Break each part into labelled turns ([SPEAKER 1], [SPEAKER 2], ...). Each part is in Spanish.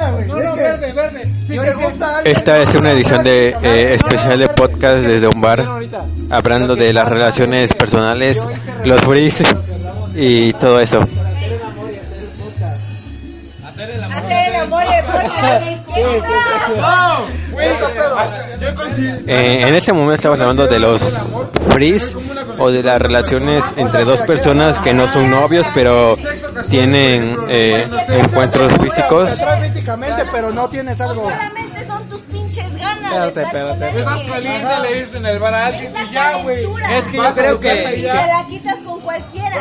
[SPEAKER 1] No, no, verde, verde. Sí, que sí.
[SPEAKER 2] Esta es una edición de eh, especial de podcast desde un bar, hablando de las relaciones personales, los freaks y todo eso.
[SPEAKER 3] Hacer el amor en podcast. ¿Qué
[SPEAKER 1] eh,
[SPEAKER 2] Eh, en este momento estamos hablando de los frees o de las relaciones entre dos personas que no son novios pero tienen eh, encuentros físicos.
[SPEAKER 1] eh, Físicamente, pero no tienes algo.
[SPEAKER 3] Solamente son tus pinches ganas.
[SPEAKER 1] Espérate,
[SPEAKER 3] de estar
[SPEAKER 1] espérate.
[SPEAKER 3] con
[SPEAKER 4] Es más
[SPEAKER 3] alguien.
[SPEAKER 4] caliente, le dicen el bar a alguien.
[SPEAKER 3] Es la
[SPEAKER 4] Y ya, güey.
[SPEAKER 3] calentura.
[SPEAKER 4] Es que yo
[SPEAKER 1] Vas a
[SPEAKER 4] creo
[SPEAKER 1] tu casa y
[SPEAKER 3] Y te
[SPEAKER 4] que.
[SPEAKER 3] la quitas con cualquiera.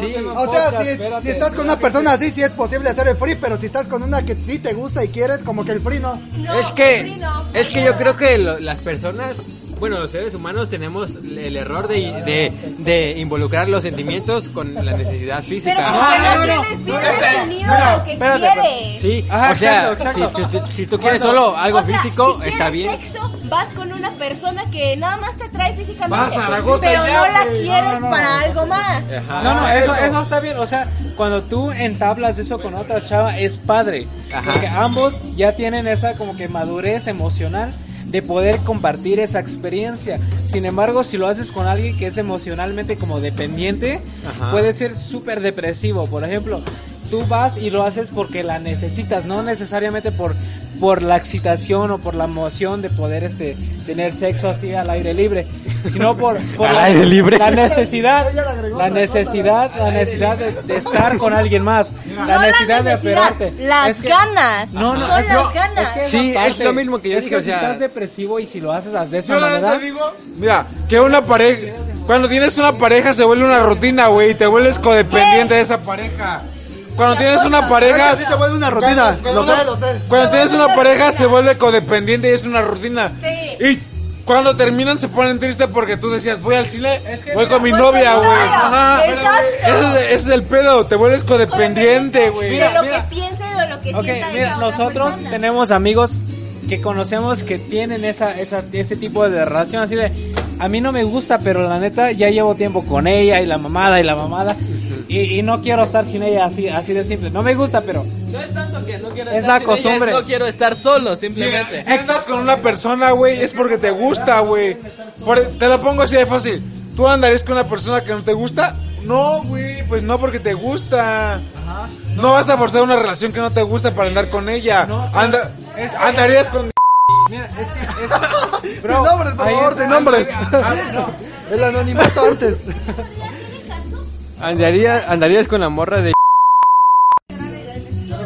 [SPEAKER 4] Sí.
[SPEAKER 1] O sea, si, si estás con una persona así, sí es posible hacer el free, pero si estás con una que sí te gusta y quieres, como que el free no.
[SPEAKER 3] No,
[SPEAKER 5] es que
[SPEAKER 3] sí, no,
[SPEAKER 5] es que yo creo que lo- las personas bueno los seres humanos tenemos el error de, de, de involucrar los sentimientos con la necesidad
[SPEAKER 3] Pero
[SPEAKER 5] física
[SPEAKER 3] porque
[SPEAKER 4] Ah,
[SPEAKER 3] no
[SPEAKER 4] no, no,
[SPEAKER 3] tienes
[SPEAKER 4] no,
[SPEAKER 3] bien
[SPEAKER 4] espérate,
[SPEAKER 3] definido
[SPEAKER 4] espera,
[SPEAKER 3] lo que
[SPEAKER 5] espérate,
[SPEAKER 3] quieres.
[SPEAKER 5] sí
[SPEAKER 1] Ajá,
[SPEAKER 5] o sea
[SPEAKER 1] exacto, exacto.
[SPEAKER 5] Si, tú- si tú quieres
[SPEAKER 1] Cuando-
[SPEAKER 5] solo algo
[SPEAKER 3] O sea,
[SPEAKER 5] físico
[SPEAKER 3] si
[SPEAKER 5] está
[SPEAKER 3] quieres
[SPEAKER 5] bien
[SPEAKER 3] sexo, vas con una persona que nada más te trae físicamente.
[SPEAKER 4] Vas a la costa
[SPEAKER 3] pero
[SPEAKER 4] ya,
[SPEAKER 3] no la
[SPEAKER 4] güey.
[SPEAKER 3] quieres
[SPEAKER 4] No, no, no.
[SPEAKER 3] para algo más.
[SPEAKER 6] No,
[SPEAKER 5] Ah,
[SPEAKER 6] no, eso, eso está bien. O sea, cuando tú entablas eso con otra chava, es padre.
[SPEAKER 5] Ajá.
[SPEAKER 6] Porque ambos ya tienen esa como que madurez emocional de poder compartir esa experiencia. Sin embargo, si lo haces con alguien que es emocionalmente como dependiente,
[SPEAKER 5] Ajá.
[SPEAKER 6] puede ser súper depresivo. Por ejemplo, tú vas y lo haces porque la necesitas, no necesariamente por por la excitación o por la emoción de poder este tener sexo así al aire libre, sino por, por
[SPEAKER 5] Al
[SPEAKER 6] la-
[SPEAKER 5] aire libre.
[SPEAKER 6] la necesidad,
[SPEAKER 1] Ella le agregó
[SPEAKER 6] la
[SPEAKER 1] otra cosa,
[SPEAKER 6] necesidad, la necesidad de, de estar con alguien más, la necesidad de aferrarte.
[SPEAKER 3] Las
[SPEAKER 6] Es que-
[SPEAKER 3] ganas.
[SPEAKER 6] No, no,
[SPEAKER 3] son
[SPEAKER 6] es-
[SPEAKER 3] las
[SPEAKER 6] no,
[SPEAKER 3] ganas.
[SPEAKER 6] es que esa
[SPEAKER 5] Sí, es
[SPEAKER 6] parte,
[SPEAKER 5] lo mismo que yo
[SPEAKER 6] es
[SPEAKER 5] dije, o
[SPEAKER 6] si
[SPEAKER 5] sea-
[SPEAKER 6] estás depresivo y si lo haces de esa
[SPEAKER 4] Yo la
[SPEAKER 6] manera,
[SPEAKER 4] neta digo, mira, que una pareja. Cuando tienes una pareja se vuelve una rutina, güey. Y te vuelves codependiente de esa pareja. Cuando tienes una pareja.
[SPEAKER 1] Así te vuelve una rutina. Lo sé, lo sé.
[SPEAKER 4] Cuando tienes una pareja se vuelve codependiente y es una rutina.
[SPEAKER 3] Sí.
[SPEAKER 4] Y cuando terminan se ponen tristes porque tú decías, voy al cine,
[SPEAKER 6] Es que
[SPEAKER 4] voy
[SPEAKER 6] mira, pues,
[SPEAKER 4] con mi
[SPEAKER 3] voy
[SPEAKER 4] novia,
[SPEAKER 3] con mi
[SPEAKER 4] güey.
[SPEAKER 3] novia.
[SPEAKER 4] Ajá.
[SPEAKER 3] Exacto.
[SPEAKER 4] Ese es- ese es el pedo, te vuelves codependiente,
[SPEAKER 3] Codependiente
[SPEAKER 4] güey.
[SPEAKER 3] De lo
[SPEAKER 6] Mira, mira.
[SPEAKER 3] que piensa y de lo que
[SPEAKER 6] Ok,
[SPEAKER 3] sienta esa
[SPEAKER 6] mira,
[SPEAKER 3] otra
[SPEAKER 6] nosotros
[SPEAKER 3] persona.
[SPEAKER 6] tenemos amigos que conocemos que tienen esa, esa, ese tipo de relación así de, a mí no me gusta, pero la neta ya llevo tiempo con ella y la mamada y la mamada y, y no quiero estar sin ella así, así de simple. No me gusta, pero
[SPEAKER 7] No es tanto que no quiero
[SPEAKER 6] Es
[SPEAKER 7] estar
[SPEAKER 6] la
[SPEAKER 7] sin ella,
[SPEAKER 6] costumbre.
[SPEAKER 7] es no quiero estar solo,
[SPEAKER 4] Si,
[SPEAKER 7] simplemente.
[SPEAKER 4] si andas con una persona, güey, es porque te gusta, güey. Por- e, te lo pongo así de fácil. ¿Tú andarías con una persona que no te gusta? No, güey, pues no porque te gusta. No vas a forzar una relación que no te gusta para andar con ella.
[SPEAKER 6] No, pero
[SPEAKER 4] Anda-
[SPEAKER 6] es-
[SPEAKER 4] andarías con...
[SPEAKER 6] mira, es que es-
[SPEAKER 1] Sin nombres, por
[SPEAKER 6] ahí
[SPEAKER 1] favor,
[SPEAKER 6] está.
[SPEAKER 1] sin nombres. Ah, El anonimato antes.
[SPEAKER 5] andarías andarías con la morra de
[SPEAKER 6] Oye,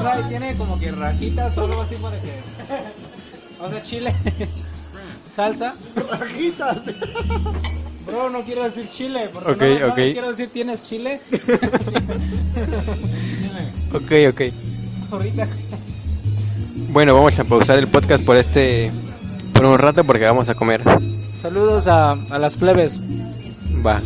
[SPEAKER 6] trae- tiene como que rajitas o algo así para que. O sea, chile. Salsa.
[SPEAKER 1] Rajitas.
[SPEAKER 6] Bro, no quiero decir chile. Porque
[SPEAKER 5] Ok,
[SPEAKER 6] no, no,
[SPEAKER 5] ok.
[SPEAKER 6] no quiero decir tienes chile.
[SPEAKER 5] Ok, ok.
[SPEAKER 6] Ahorita.
[SPEAKER 5] Bueno, vamos a pausar el podcast por este por un rato porque vamos a comer.
[SPEAKER 6] Saludos a, a las plebes.
[SPEAKER 5] Va.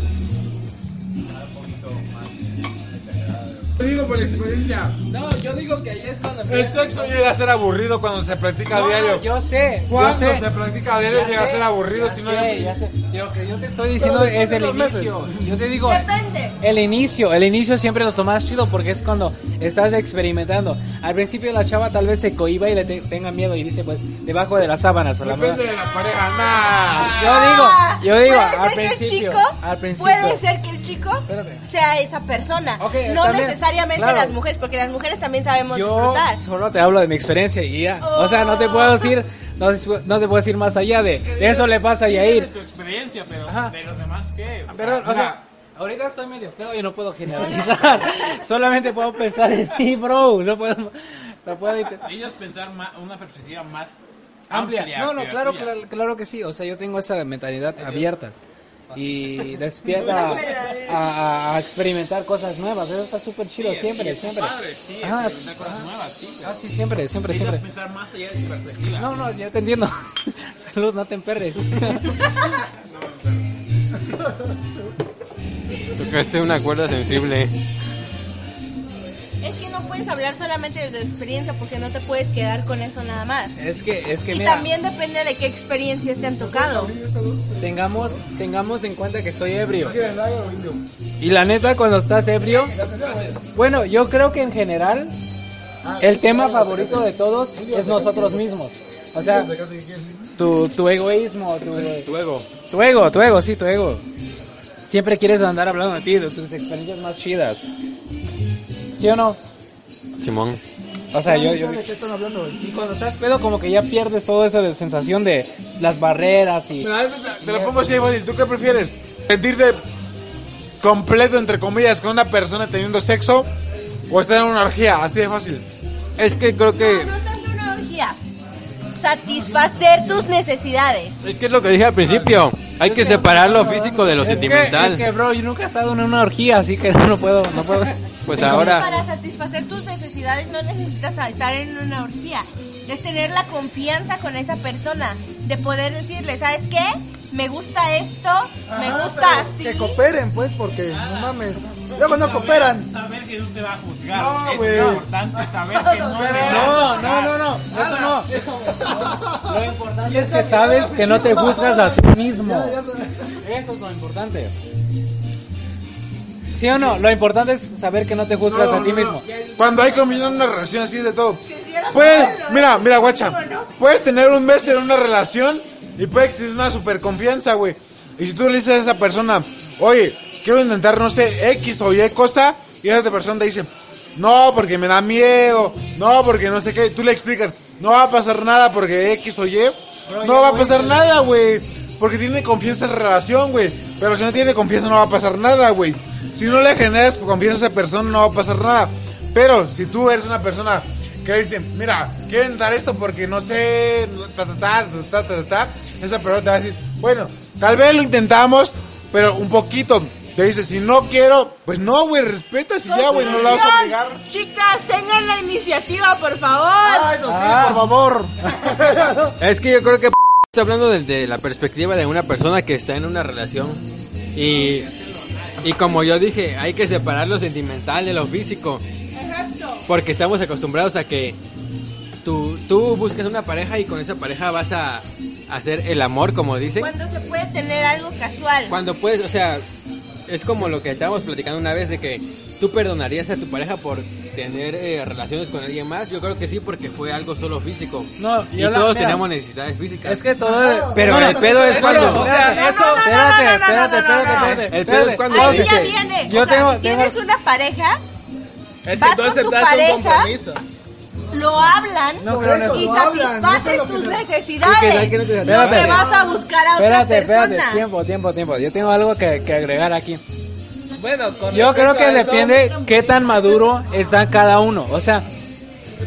[SPEAKER 4] Te digo por experiencia.
[SPEAKER 7] No, yo digo que ahí es cuando
[SPEAKER 4] El sexo llega a ser aburrido cuando se practica a diario.
[SPEAKER 6] yo sé. Yo
[SPEAKER 4] Cuando
[SPEAKER 6] sé.
[SPEAKER 4] se practica a diario
[SPEAKER 6] Ya
[SPEAKER 4] llega a
[SPEAKER 6] sé,
[SPEAKER 4] ser aburrido.
[SPEAKER 6] ya
[SPEAKER 4] Si no,
[SPEAKER 6] sé, ya sé. Lo que yo te estoy diciendo es el inicio. Yo te digo,
[SPEAKER 3] Depende.
[SPEAKER 6] El inicio, el inicio siempre los tomas chido porque es cuando estás experimentando. Al principio la chava tal vez se cohiba y le te- tenga miedo y dice pues debajo de las sábanas a la
[SPEAKER 4] depende
[SPEAKER 6] verdad.
[SPEAKER 4] de la pareja. Nah.
[SPEAKER 3] Ah,
[SPEAKER 6] Yo digo, yo digo,
[SPEAKER 3] puede
[SPEAKER 6] al
[SPEAKER 3] ser que el
[SPEAKER 6] principio,
[SPEAKER 3] chico-
[SPEAKER 6] al principio.
[SPEAKER 3] Puede ser que el chico
[SPEAKER 6] Espérate.
[SPEAKER 3] sea esa persona.
[SPEAKER 6] Ok,
[SPEAKER 3] no
[SPEAKER 6] también,
[SPEAKER 3] necesariamente
[SPEAKER 6] claro.
[SPEAKER 3] las mujeres, porque las mujeres también sabemos
[SPEAKER 6] Yo
[SPEAKER 3] disfrutar.
[SPEAKER 6] solo te hablo de mi experiencia y ya. O sea, no te puedo decir, no, te- no te puedo decir más allá de, de eso le pasa a Yair.
[SPEAKER 5] tu experiencia, pero
[SPEAKER 6] Ajá.
[SPEAKER 5] de los demás qué?
[SPEAKER 6] Pero, o sea, ahorita estoy medio pedo y no puedo generalizar. Solamente puedo pensar en ti, bro. No puedo, no puedo inte-
[SPEAKER 5] ellos pensar una perspectiva más
[SPEAKER 6] amplia. No, no, claro, claro, claro que sí. O sea, yo tengo esa mentalidad abierta. y despierta a- a, a experimentar cosas nuevas. Eso está súper chido, siempre, siempre.
[SPEAKER 8] sí,
[SPEAKER 6] Ajá,
[SPEAKER 8] experimentar cosas nuevas, sí.
[SPEAKER 6] ah, sí, siempre, siempre,
[SPEAKER 8] Necesitas
[SPEAKER 6] siempre.
[SPEAKER 8] pensar más allá de tu perspectiva.
[SPEAKER 6] No, no, ya te entiendo. Salud, no te emperres.
[SPEAKER 2] Tocaste una cuerda sensible.
[SPEAKER 3] Es que no puedes hablar solamente de tu experiencia porque no te puedes quedar con eso nada más.
[SPEAKER 6] Es que, es que
[SPEAKER 3] Y
[SPEAKER 6] mira.
[SPEAKER 3] también depende de qué experiencias te han tocado.
[SPEAKER 6] tengamos, tengamos en cuenta que estoy ebrio. Y la neta, cuando estás ebrio, bueno, yo creo que en general,
[SPEAKER 1] Ah,
[SPEAKER 6] el tema favorito de todos es nosotros mismos. O sea, tu, tu egoísmo, tu, tu ego. Tu ego, tu ego, sí, tu ego. Siempre quieres andar hablando de ti, de tus experiencias más chidas. ¿Sí o no?
[SPEAKER 2] Simón.
[SPEAKER 6] O sea, yo, yo,
[SPEAKER 1] ¿De qué están hablando, güey?
[SPEAKER 6] y cuando estás pedo como que ya pierdes toda esa de- sensación de las barreras y...
[SPEAKER 4] Te la- Te lo pongo así de fácil. ¿Tú qué prefieres? ¿Sentirte completo, entre comillas, con una persona teniendo sexo? ¿O estar en una orgía? Así de fácil.
[SPEAKER 5] Es que creo que
[SPEAKER 3] No tanto una orgía. Satisfacer tus necesidades.
[SPEAKER 2] Es que es lo que dije al principio. Hay Ah, que separar lo físico de lo
[SPEAKER 6] Es que-
[SPEAKER 2] sentimental.
[SPEAKER 6] es que, bro, yo nunca he estado en una orgía, así que no puedo, no puedo.
[SPEAKER 2] Pues
[SPEAKER 3] Pero
[SPEAKER 2] ahora,
[SPEAKER 3] Para satisfacer tus necesidades no necesitas saltar en una orgía. Es tener la confianza con esa persona. De poder decirle, ¿sabes qué? Me gusta esto, me
[SPEAKER 1] Ajá,
[SPEAKER 3] gusta
[SPEAKER 1] pero
[SPEAKER 3] así.
[SPEAKER 1] Que cooperen, pues, porque no mames. Luego no cooperan.
[SPEAKER 8] Saber que no te va a juzgar.
[SPEAKER 1] No,
[SPEAKER 8] es
[SPEAKER 1] güey.
[SPEAKER 8] importante saber que no te va a
[SPEAKER 6] No,
[SPEAKER 8] juzgar.
[SPEAKER 6] no, no, no, eso no. Lo importante es que sabes que no te juzgas a ti mismo. Eso es lo importante. ¿Sí o no? Lo importante es saber que no te juzgas
[SPEAKER 4] No,
[SPEAKER 6] a ti
[SPEAKER 4] no,
[SPEAKER 6] mismo.
[SPEAKER 4] no. Cuando hay combinando una relación así de todo. Puedes, mira, mira, guacha. Puedes tener un mes en una relación y puedes tener una super confianza, güey. Y si tú le dices a esa persona, oye, quiero intentar, no sé, X o Y cosa, y esa otra persona te dice, no, porque me da miedo, no, porque no sé qué, tú le explicas, no va a pasar nada porque X o Y, no va a pasar nada, güey. Porque tiene confianza en la relación, güey. Pero si no tiene confianza no va a pasar nada, güey. Si no le generas confianza a esa persona no va a pasar nada. Pero si tú eres una persona que dice, mira, quiero intentar esto porque no sé, ta, ta, ta, ta, ta, ta, ta", esa persona te va a decir, bueno, tal vez lo intentamos, pero un poquito. Te dice, si no quiero, pues no, güey, respeta si ya, güey, no la vas a obligar.
[SPEAKER 3] Chicas, tengan la iniciativa, por favor.
[SPEAKER 1] Ah, eso sí, por favor.
[SPEAKER 5] es que yo creo que está hablando desde la perspectiva de una persona que está en una relación y y como yo dije, hay que separar lo sentimental de lo físico. Porque estamos acostumbrados a que tú, tú buscas una pareja y con esa pareja vas a hacer el amor, como dicen.
[SPEAKER 3] Cuando se puede tener algo casual.
[SPEAKER 5] Cuando puedes, o sea, es como lo que estábamos platicando una vez de que tú perdonarías a tu pareja por tener eh, relaciones con alguien más. Yo creo que sí, porque fue algo solo físico.
[SPEAKER 6] No,
[SPEAKER 5] y
[SPEAKER 6] yo la-
[SPEAKER 5] todos
[SPEAKER 6] mira,
[SPEAKER 5] tenemos necesidades físicas.
[SPEAKER 6] Es que todo.
[SPEAKER 5] Pero
[SPEAKER 6] no, no,
[SPEAKER 5] el pedo es
[SPEAKER 6] no,
[SPEAKER 5] cuando.
[SPEAKER 6] no, espérate,
[SPEAKER 3] No, no, no,
[SPEAKER 6] espérate,
[SPEAKER 3] no, no,
[SPEAKER 6] espérate,
[SPEAKER 3] no, no, no,
[SPEAKER 6] espérate,
[SPEAKER 3] no.
[SPEAKER 6] espérate,
[SPEAKER 5] El pedo es
[SPEAKER 6] espérate.
[SPEAKER 5] cuando
[SPEAKER 3] Ahí ya
[SPEAKER 5] que-
[SPEAKER 3] viene.
[SPEAKER 6] Yo
[SPEAKER 3] O sea,
[SPEAKER 6] tengo- tengo-
[SPEAKER 3] tienes una pareja,
[SPEAKER 7] Es
[SPEAKER 3] Vas
[SPEAKER 7] que
[SPEAKER 3] con
[SPEAKER 7] entonces
[SPEAKER 3] tu
[SPEAKER 7] estás en
[SPEAKER 3] pareja.
[SPEAKER 7] un compromiso.
[SPEAKER 3] lo hablan
[SPEAKER 6] No, pero no-
[SPEAKER 3] y
[SPEAKER 1] lo hablan, no
[SPEAKER 3] satisfaces
[SPEAKER 1] sé lo que
[SPEAKER 3] tus
[SPEAKER 1] no-
[SPEAKER 3] necesidades.
[SPEAKER 5] Y que no- que no te-
[SPEAKER 3] no te
[SPEAKER 6] Espérate.
[SPEAKER 3] vas a buscar a otra
[SPEAKER 6] Espérate, espérate,
[SPEAKER 3] persona.
[SPEAKER 6] tiempo, tiempo, tiempo. Yo tengo algo que, que agregar aquí.
[SPEAKER 7] Bueno, con
[SPEAKER 6] Yo creo
[SPEAKER 7] respecto
[SPEAKER 6] que
[SPEAKER 7] a eso-
[SPEAKER 6] depende qué tan maduro está cada uno. O sea,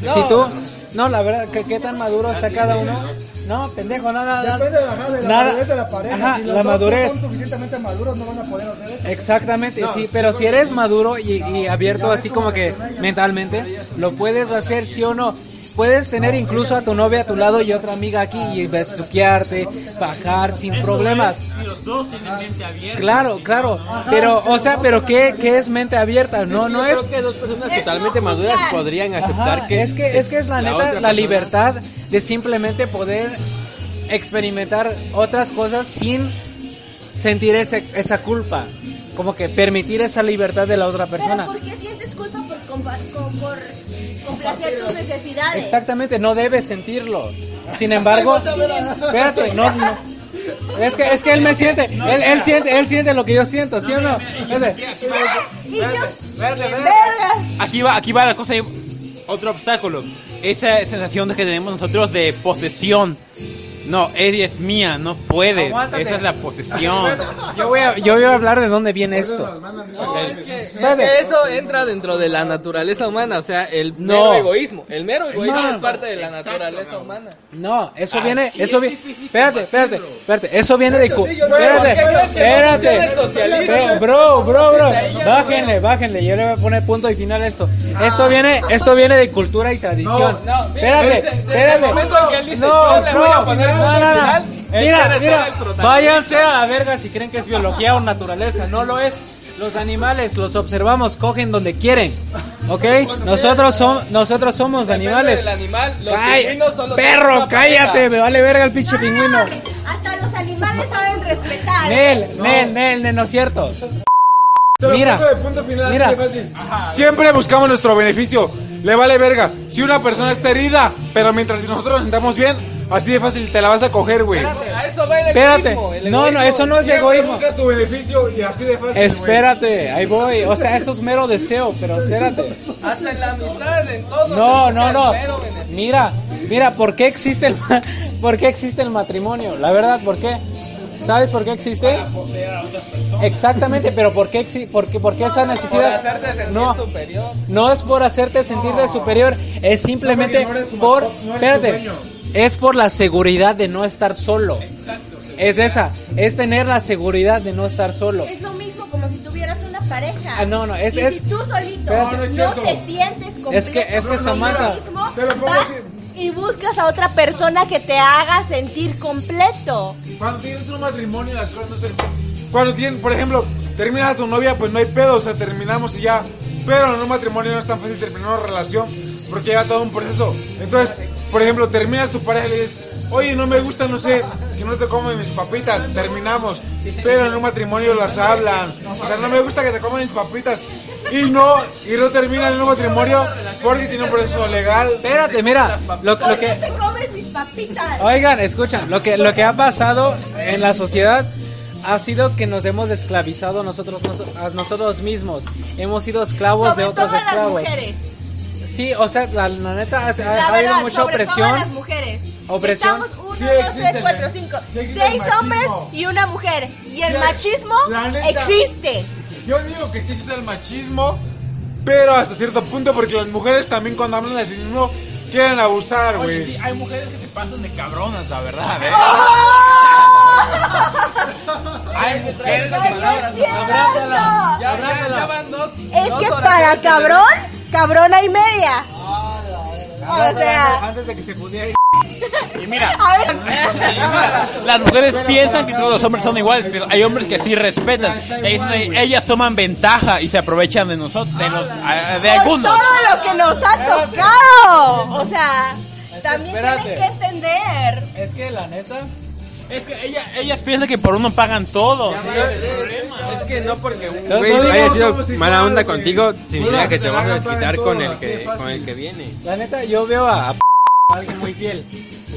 [SPEAKER 7] No.
[SPEAKER 6] si tú... No, la verdad, que qué tan maduro está cada uno. No, pendejo, nada. nada.
[SPEAKER 1] Depende de la, ajá, de la
[SPEAKER 6] Nada.
[SPEAKER 1] madurez de la pareja.
[SPEAKER 6] Ajá,
[SPEAKER 1] si
[SPEAKER 6] la
[SPEAKER 1] los dos
[SPEAKER 6] madurez.
[SPEAKER 1] No son suficientemente maduros, no van a poder hacer eso.
[SPEAKER 6] Exactamente, sí, pero si eres maduro y, y abierto así como que mentalmente, lo puedes hacer, sí o no. Puedes tener incluso a tu novia a tu lado y otra amiga aquí y besuquearte, bajar sin problemas.
[SPEAKER 8] Si los dos tienen mente abierta.
[SPEAKER 6] Claro, claro, pero, o sea, pero ¿qué, qué es mente abierta? No, no
[SPEAKER 5] Yo
[SPEAKER 6] es
[SPEAKER 5] creo que dos personas
[SPEAKER 3] Es
[SPEAKER 5] totalmente
[SPEAKER 3] no
[SPEAKER 5] maduras
[SPEAKER 3] juzgar.
[SPEAKER 5] podrían aceptar
[SPEAKER 6] Ajá,
[SPEAKER 5] que
[SPEAKER 6] es que es que es la, neta
[SPEAKER 5] otra
[SPEAKER 6] la
[SPEAKER 5] persona-
[SPEAKER 6] libertad de simplemente poder experimentar otras cosas sin sentir ese- esa culpa como que permitir esa libertad de la otra
[SPEAKER 3] Pero
[SPEAKER 6] persona
[SPEAKER 3] ¿por qué sientes culpa por, compa- co- por complacer tus necesidades?
[SPEAKER 6] exactamente no debes sentirlo sin embargo espérate no, no. es que es que él me siente él, él siente él siente lo que yo siento sí o no Espérate.
[SPEAKER 3] Y yo, ¡qué verga!
[SPEAKER 8] Aquí va, aquí va la cosa. Otro obstáculo. Esa sensación que tenemos nosotros de posesión. No, eres mía, no puedes.
[SPEAKER 6] Aguántate.
[SPEAKER 8] Esa es la posesión.
[SPEAKER 6] Yo voy, a, yo voy a hablar de dónde viene esto. Espérate.
[SPEAKER 7] Eso entra dentro de la naturaleza humana, o sea, el
[SPEAKER 6] No.
[SPEAKER 7] mero egoísmo. El mero egoísmo
[SPEAKER 6] No.
[SPEAKER 7] es parte de la naturaleza humana.
[SPEAKER 6] No, eso viene, eso viene. Espérate, espérate, espérate. Eso viene de. cu- Espérate,
[SPEAKER 7] funciona el
[SPEAKER 6] espérate.
[SPEAKER 7] socialismo?
[SPEAKER 6] Bro, bro, bro. Bájenle, bájenle. Yo le voy a poner punto y final a esto. Esto viene, esto viene de cultura y tradición.
[SPEAKER 7] Ah. No, no,
[SPEAKER 6] Espérate,
[SPEAKER 7] desde- desde el momento en que
[SPEAKER 6] espérate.
[SPEAKER 7] él dice,
[SPEAKER 6] No,
[SPEAKER 7] yo le voy a
[SPEAKER 6] bro. No, no,
[SPEAKER 7] poner punto y
[SPEAKER 6] no.
[SPEAKER 7] final, él
[SPEAKER 6] Mira,
[SPEAKER 7] quiere ser
[SPEAKER 6] mira.
[SPEAKER 7] el protagonista.
[SPEAKER 6] Váyanse a la verga si creen que es biología o naturaleza. No lo es. Los animales los observamos, cogen donde quieren. ¿Ok? Nosotros, som- nosotros somos
[SPEAKER 7] Depende
[SPEAKER 6] animales.
[SPEAKER 7] del animal, los
[SPEAKER 6] Ay,
[SPEAKER 7] pingüinos son los
[SPEAKER 6] perro,
[SPEAKER 7] que tienen una
[SPEAKER 6] cállate,
[SPEAKER 7] pareja.
[SPEAKER 6] me vale verga el pinche pingüino.
[SPEAKER 3] Hasta los animales saben respetar.
[SPEAKER 6] Nel, Nel, Nel, Nel, no es cierto. Mira, mira.
[SPEAKER 4] Siempre buscamos nuestro beneficio. Le vale verga. Si una persona está herida, pero mientras nosotros nos sentamos bien, así de fácil te la vas a coger, güey.
[SPEAKER 7] A eso va el
[SPEAKER 6] Espérate.
[SPEAKER 7] egoísmo. el
[SPEAKER 6] No, no,
[SPEAKER 7] egoísmo.
[SPEAKER 6] eso no es
[SPEAKER 4] Siempre
[SPEAKER 6] egoísmo.
[SPEAKER 4] buscas tu beneficio y así de fácil. güey.
[SPEAKER 6] Espérate, ahí voy. O sea, eso es mero deseo, pero espérate.
[SPEAKER 7] Hasta en la amistad, en todo.
[SPEAKER 6] No,
[SPEAKER 7] se busca
[SPEAKER 6] no,
[SPEAKER 7] el
[SPEAKER 6] no.
[SPEAKER 7] mero beneficio.
[SPEAKER 6] Mira, mira, ¿por qué existe el, ma- por qué existe el matrimonio? La verdad, ¿por qué? ¿Sabes por qué existe? Exactamente, pero ¿por qué, exi- por qué, por qué esa
[SPEAKER 7] Por
[SPEAKER 6] necesidad?
[SPEAKER 7] hacerte sentir
[SPEAKER 6] No,
[SPEAKER 7] superior.
[SPEAKER 6] no es por hacerte sentir de superior, es simplemente
[SPEAKER 4] No, porque no eres su
[SPEAKER 6] por,
[SPEAKER 4] mascota, no eres
[SPEAKER 6] espérate,
[SPEAKER 4] su dueño.
[SPEAKER 6] es por la seguridad de no estar solo. Es esa, es tener la seguridad de no estar solo.
[SPEAKER 3] Es lo mismo como si tuvieras una pareja.
[SPEAKER 6] Ah, no, no, es-
[SPEAKER 3] Y
[SPEAKER 6] es-
[SPEAKER 3] Si tú solito
[SPEAKER 6] Espérate.
[SPEAKER 3] no,
[SPEAKER 4] No, no es cierto.
[SPEAKER 3] te sientes completo.
[SPEAKER 6] Es que- es que,
[SPEAKER 3] contigo
[SPEAKER 6] Samantha,
[SPEAKER 3] mismo,
[SPEAKER 4] te lo pongo
[SPEAKER 3] vas
[SPEAKER 4] así.
[SPEAKER 3] Y buscas a otra persona que te haga sentir completo.
[SPEAKER 4] Cuando tienes un matrimonio las cosas no se... Cuando tienes, por ejemplo, terminas a tu novia, pues no hay pedo, o sea, terminamos y ya. Pero en un matrimonio no es tan fácil terminar una relación porque lleva todo un proceso. Entonces, por ejemplo, terminas tu pareja y le dices, oye, no me gusta, no sé, que no te comen mis papitas, terminamos. Pero en un matrimonio las hablan. O sea, no me gusta que te coman mis papitas. Y no, y no terminan en un matrimonio porque tiene un proceso legal.
[SPEAKER 6] Espérate, mira, lo,
[SPEAKER 3] ¿Por
[SPEAKER 6] lo
[SPEAKER 3] qué
[SPEAKER 6] que... Ah,
[SPEAKER 3] te comes mis papitas?
[SPEAKER 6] Oigan, escuchan, lo que, lo que ha pasado en la sociedad ha sido que nos hemos esclavizado nosotros, nos- a nosotros mismos. Hemos sido esclavos
[SPEAKER 3] sobre
[SPEAKER 6] de otros
[SPEAKER 3] todas las
[SPEAKER 6] esclavos.
[SPEAKER 3] mujeres.
[SPEAKER 6] Sí, o sea, la, la neta ha, ha-
[SPEAKER 3] La
[SPEAKER 6] ha
[SPEAKER 3] verdad,
[SPEAKER 6] habido mucha
[SPEAKER 3] sobre
[SPEAKER 6] opresión.
[SPEAKER 3] todas las mujeres.
[SPEAKER 6] Opresión.
[SPEAKER 3] Estamos uno,
[SPEAKER 4] Sí
[SPEAKER 3] dos,
[SPEAKER 4] existe,
[SPEAKER 3] tres, cuatro,
[SPEAKER 4] señor.
[SPEAKER 3] cinco.
[SPEAKER 4] Sí existe el
[SPEAKER 3] seis
[SPEAKER 4] machismo.
[SPEAKER 3] hombres y una mujer. Y el
[SPEAKER 4] Sí,
[SPEAKER 3] machismo
[SPEAKER 4] la neta.
[SPEAKER 3] existe.
[SPEAKER 4] Yo digo que sí existe el machismo, pero hasta cierto punto, porque las mujeres también cuando hablan de sí mismo quieren abusar,
[SPEAKER 8] Oye, sí,
[SPEAKER 4] güey.
[SPEAKER 8] hay mujeres que se pasan de cabronas, la verdad, ¿eh? Hay mujeres que
[SPEAKER 3] ¡Ay,
[SPEAKER 8] se
[SPEAKER 3] ¡Oh! no es cierto!
[SPEAKER 7] Ya, ya, ya van dos.
[SPEAKER 3] Es
[SPEAKER 7] dos
[SPEAKER 3] que
[SPEAKER 7] horas
[SPEAKER 3] para
[SPEAKER 7] de-
[SPEAKER 3] cabrón, cabrona y media. O sea,
[SPEAKER 6] Antes de que se pudiera ir.
[SPEAKER 8] Y mira,
[SPEAKER 3] a ver,
[SPEAKER 8] las mujeres piensan que todos los hombres son iguales, pero hay hombres que sí respetan. Es- ellas toman ventaja y se aprovechan de nosotros, de los, a- de
[SPEAKER 3] con
[SPEAKER 8] algunos.
[SPEAKER 3] todo lo que nos ha tocado. O sea, también tienes
[SPEAKER 6] espérate.
[SPEAKER 3] que entender.
[SPEAKER 6] Es que la neta.
[SPEAKER 8] Es que ella- ellas piensan que por uno pagan todo.
[SPEAKER 5] Es que no porque un
[SPEAKER 6] No,
[SPEAKER 5] güey
[SPEAKER 6] no, no,
[SPEAKER 5] haya
[SPEAKER 4] no,
[SPEAKER 5] sido
[SPEAKER 4] somos iguales,
[SPEAKER 5] mala onda
[SPEAKER 4] güey.
[SPEAKER 5] contigo,
[SPEAKER 4] Mira,
[SPEAKER 5] significa que
[SPEAKER 4] te
[SPEAKER 5] te vas
[SPEAKER 4] la
[SPEAKER 5] a
[SPEAKER 4] gastan
[SPEAKER 5] desquitar
[SPEAKER 4] todas,
[SPEAKER 5] con el
[SPEAKER 4] así de
[SPEAKER 5] que
[SPEAKER 4] fácil.
[SPEAKER 5] con el que viene.
[SPEAKER 6] La neta, yo veo a, a alguien muy fiel.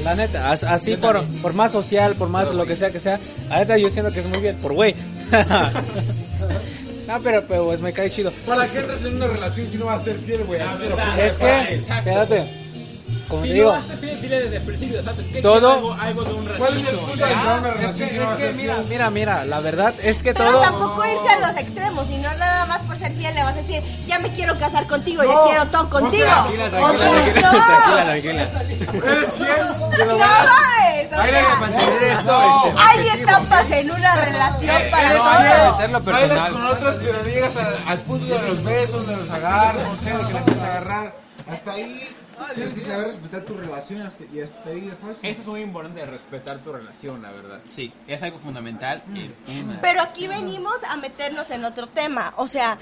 [SPEAKER 6] La neta, as- así por, por más social, por más lo que sea que sea. La neta, yo siento que es muy bien, por güey. no, pero pero, pues me cae chido.
[SPEAKER 4] ¿Para qué entras en una relación si no vas a ser fiel, güey? Así te lo pongo.
[SPEAKER 6] Es que, espérate. Como te digo, todo.
[SPEAKER 4] ¿Cuál es el punto de entrar en una relación si no vas a ser
[SPEAKER 6] Mira,
[SPEAKER 4] fiel?
[SPEAKER 6] mira, mira, la verdad es que
[SPEAKER 3] Pero
[SPEAKER 6] todo.
[SPEAKER 3] tampoco irse a los extremos, sino nada más por ser fiel le vas a decir, ya me quiero casar contigo,
[SPEAKER 4] No,
[SPEAKER 3] ya quiero todo
[SPEAKER 4] no,
[SPEAKER 3] contigo.
[SPEAKER 4] tranquila,
[SPEAKER 3] O sea, no.
[SPEAKER 4] ¿Eres fiel?
[SPEAKER 3] No mames, o sea, hay etapas en una relación para todo.
[SPEAKER 4] Bailas con otras, pero no llegas al, al punto de los besos, de los agarros, no sé, de que la quieres agarrar. Hasta ahí tienes que saber respetar tu relación hasta- y hasta ahí de fácil.
[SPEAKER 8] Eso es muy importante, respetar tu relación, la verdad. Sí, es algo fundamental. en una-
[SPEAKER 3] Pero aquí venimos a meternos en otro tema, o sea,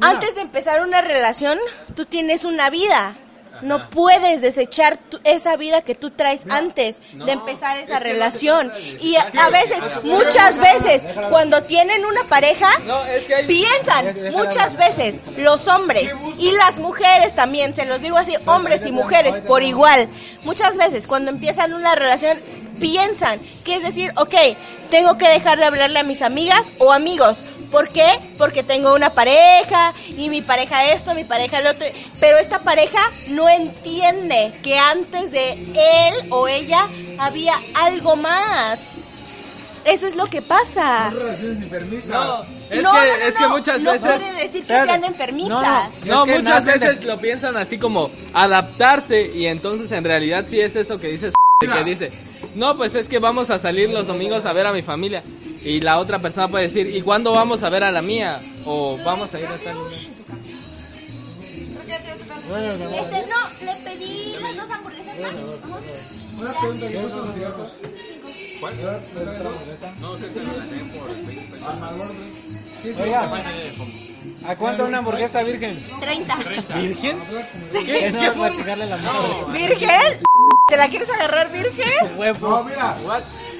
[SPEAKER 3] antes de empezar una relación, tú tienes una vida. No puedes desechar tu- esa vida que tú traes antes de empezar esa relación. Y a, a veces, muchas veces, cuando tienen una pareja,
[SPEAKER 7] No, es que hay.
[SPEAKER 3] piensan muchas veces los hombres y las mujeres también, se los digo así, hombres y mujeres por igual. Muchas veces cuando empiezan una relación piensan, que es decir, ok, tengo que dejar de hablarle a mis amigas o amigos. ¿Por qué? Porque tengo una pareja y mi pareja esto, mi pareja el otro. Pero esta pareja no entiende que antes de él o ella había algo más. Eso es lo que pasa.
[SPEAKER 7] No, es
[SPEAKER 3] No,
[SPEAKER 7] que,
[SPEAKER 3] no, no,
[SPEAKER 7] es que
[SPEAKER 3] no,
[SPEAKER 7] muchas
[SPEAKER 3] no
[SPEAKER 7] veces.
[SPEAKER 3] quiere decir que
[SPEAKER 6] Espérate.
[SPEAKER 3] sean
[SPEAKER 6] No,
[SPEAKER 3] enfermizas.
[SPEAKER 6] no.
[SPEAKER 7] No,
[SPEAKER 6] Es que
[SPEAKER 7] muchas
[SPEAKER 6] nacen de-
[SPEAKER 7] veces lo piensan así como adaptarse y entonces en realidad sí es eso que dices que dice, no, pues es que vamos a salir los domingos a ver a mi familia y la otra persona puede decir, ¿y cuándo vamos a ver a la mía? O vamos a ir a tal lugar.
[SPEAKER 3] Este, no, le pedí las dos hamburguesas más.
[SPEAKER 6] Oiga, ¿a cuánto una hamburguesa virgen?
[SPEAKER 3] 30.
[SPEAKER 6] ¿Virgen? Es nada más para checarle la mano.
[SPEAKER 3] ¿Virgen? ¿Te la quieres agarrar virgen?
[SPEAKER 6] Huevo.
[SPEAKER 4] mira.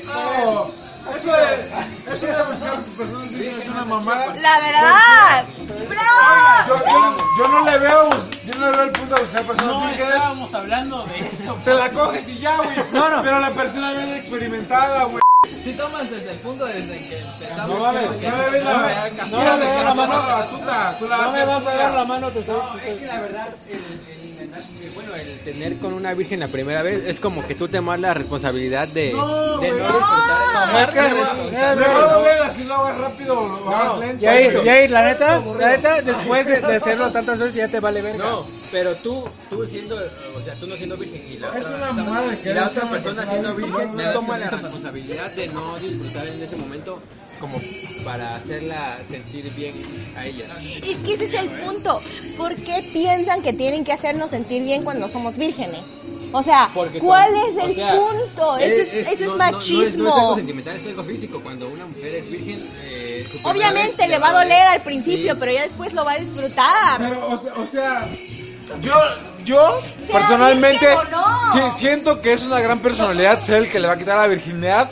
[SPEAKER 4] No, eso de, eso de buscar personas vírgenes es una mamada.
[SPEAKER 3] La verdad.
[SPEAKER 4] Yo,
[SPEAKER 3] ¡Bravo!
[SPEAKER 4] yo- yo no le veo, bus- yo no le veo el punto de buscar personas
[SPEAKER 6] No
[SPEAKER 4] vírgenes.
[SPEAKER 6] estábamos hablando de eso.
[SPEAKER 4] Te la coges y ya, güey.
[SPEAKER 6] No, no.
[SPEAKER 4] Pero la persona no es experimentada, güey.
[SPEAKER 7] Si tomas desde el punto desde que
[SPEAKER 4] No mames, no le ves la.
[SPEAKER 6] No le ves la mano.
[SPEAKER 4] batuta, tú la
[SPEAKER 6] No me
[SPEAKER 4] haces,
[SPEAKER 6] vas a
[SPEAKER 4] mira.
[SPEAKER 6] dar la mano, te estoy...
[SPEAKER 5] La verdad, el, bueno, el tener con una virgen la primera vez es como que tú te tomas la responsabilidad de
[SPEAKER 4] No,
[SPEAKER 5] de
[SPEAKER 4] güey.
[SPEAKER 5] no disfrutar el momento.
[SPEAKER 4] Es que
[SPEAKER 6] Eh,
[SPEAKER 4] mejor no veas si lo hagas rápido o lo hagas lento.
[SPEAKER 6] Y ahí,
[SPEAKER 4] güey.
[SPEAKER 6] y ahí, la neta, la neta, después de, de hacerlo tantas veces ya te vale verga.
[SPEAKER 5] No, pero tú, tú siendo, o sea, tú no siendo virgen y la
[SPEAKER 4] Es
[SPEAKER 5] otra-
[SPEAKER 4] una mamada que
[SPEAKER 5] y la
[SPEAKER 4] eres
[SPEAKER 5] otra
[SPEAKER 4] una
[SPEAKER 5] persona
[SPEAKER 4] persona
[SPEAKER 5] siendo
[SPEAKER 4] virgen,
[SPEAKER 5] virgen
[SPEAKER 4] no, no,
[SPEAKER 5] toma
[SPEAKER 4] no,
[SPEAKER 5] la
[SPEAKER 4] no, no.
[SPEAKER 5] responsabilidad de no disfrutar en ese momento como para hacerla sentir bien a ella.
[SPEAKER 3] Es que ese es el punto. ¿Por qué piensan que tienen que hacernos sentir bien cuando somos vírgenes? O sea,
[SPEAKER 5] Porque
[SPEAKER 3] ¿cuál
[SPEAKER 5] son-
[SPEAKER 3] es
[SPEAKER 5] o
[SPEAKER 3] el
[SPEAKER 5] sea,
[SPEAKER 3] punto? Eso es, eso
[SPEAKER 5] no-
[SPEAKER 3] es
[SPEAKER 5] no- no es- no es
[SPEAKER 3] machismo.
[SPEAKER 5] algo sentimental, es algo físico. Cuando una mujer es virgen, eh, su primera
[SPEAKER 3] Obviamente
[SPEAKER 5] vez
[SPEAKER 3] le va a doler al principio,
[SPEAKER 5] Sí.
[SPEAKER 3] pero ya después lo va a disfrutar.
[SPEAKER 4] Pero, o sea, o sea, yo, yo personalmente
[SPEAKER 3] virgen o no.
[SPEAKER 4] si- siento que es una gran personalidad ser el que le va a quitar la virginidad